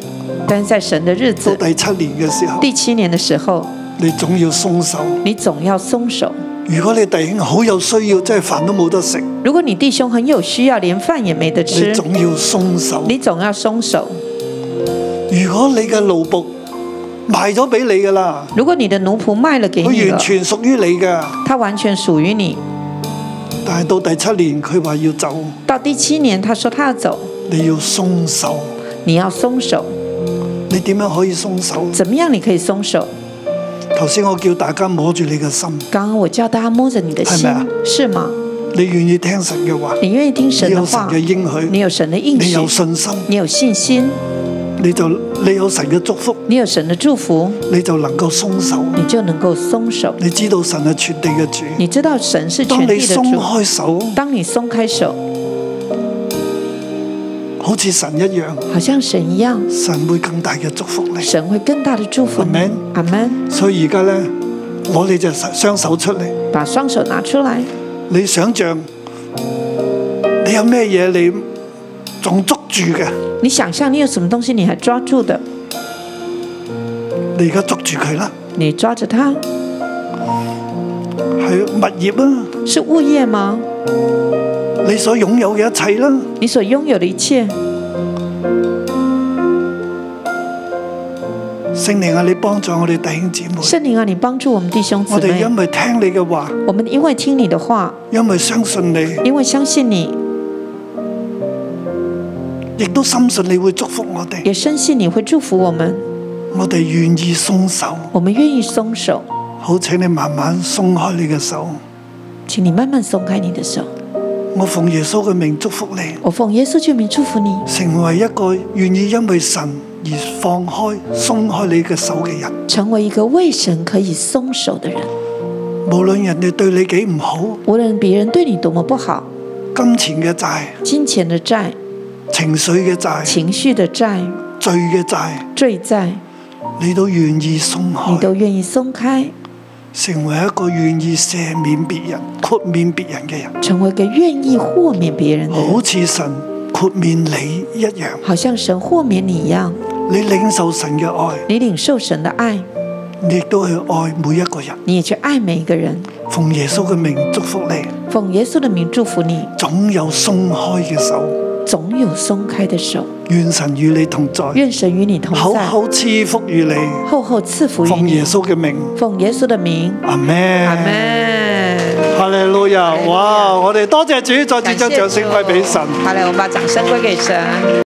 但是在神的日到子，第七年嘅時候，第七年的时候，你總要鬆手。你总要松手。如果你弟兄好有需要，真係飯都冇得食，如果你弟兄很有需要，连饭也没得吃你，總要鬆手。你总要松手。如果你嘅奴仆賣咗俾你噶啦，如果你的奴仆卖了给你佢了完，全屬於你噶，他完全属于你。但係到第七年佢話要走，到第七年，他说他要走，你要鬆手。你要松手。你點樣可以鬆手？怎么样？你可以松手。頭先我叫大家摸住你嘅心，刚刚我叫大家摸着你的是心吗，是吗？你願意聽神嘅話，你愿意听神你的有神话嘅，應你許，有神的应你许，有信心，你有信心，你就你有神嘅祝福，你有神的祝福，你就能夠鬆手。你就能够松手。你知道神係全地嘅主，你知道神是當全你地的鬆主。開手，当你松开手，好似神一樣，好像神一样，神會更大嘅祝福你。神会更大的祝福你 Amen。阿门。所以而家呢，攞你隻手雙手出嚟。把双手拿出来，你想象你有咩嘢你仲捉住嘅，你想象你有什么东西你还抓住的，你而家捉住佢啦，你抓着它，係物業啦，是物业吗？你所擁有嘅一切啦，你所拥有的一切，聖靈啊，你幫助我哋弟兄姊妹，圣灵啊，你幫助我们弟兄姊我哋妹，因為聽你嘅話，我们因为听你的话，因為相信你，因为相信你，亦都深信你會祝福我哋，也深信你会祝福我们，我哋願意鬆手，我们愿意松手，好請你慢慢鬆開你嘅手，请你慢慢松开你的手。我奉耶穌嘅名祝福你，我奉耶稣之名祝福你，成為一個願意因為神而放開、鬆開你嘅手嘅人。成为一个为神可以松手的人。無論人哋對你幾唔好。无论别人对你多么不好，金錢嘅債、金钱的债、情緒嘅債、情绪的债、罪嘅債，罪债，你都願意鬆你開，都愿意松开，成為一個願意赦免別人、豁免別人嘅人，成为一个愿意豁免别人的人好，似神豁免你一樣。好像神豁免你一样。你領受神嘅愛，你领受神的爱，你亦都去愛每一個人。你也去爱每一个人。奉耶穌嘅名祝福你，奉耶穌的名祝福你，總有鬆開嘅手。总有松开的手。願神與你同在，愿神与你同厚在，厚賜福與你。厚厚赐福于奉耶你。穌嘅名，奉耶穌的名，阿咩？阿门。哈利路亞！哇！我哋多謝主，再次將掌聲歸俾神。好嘞，我们把掌声归给神。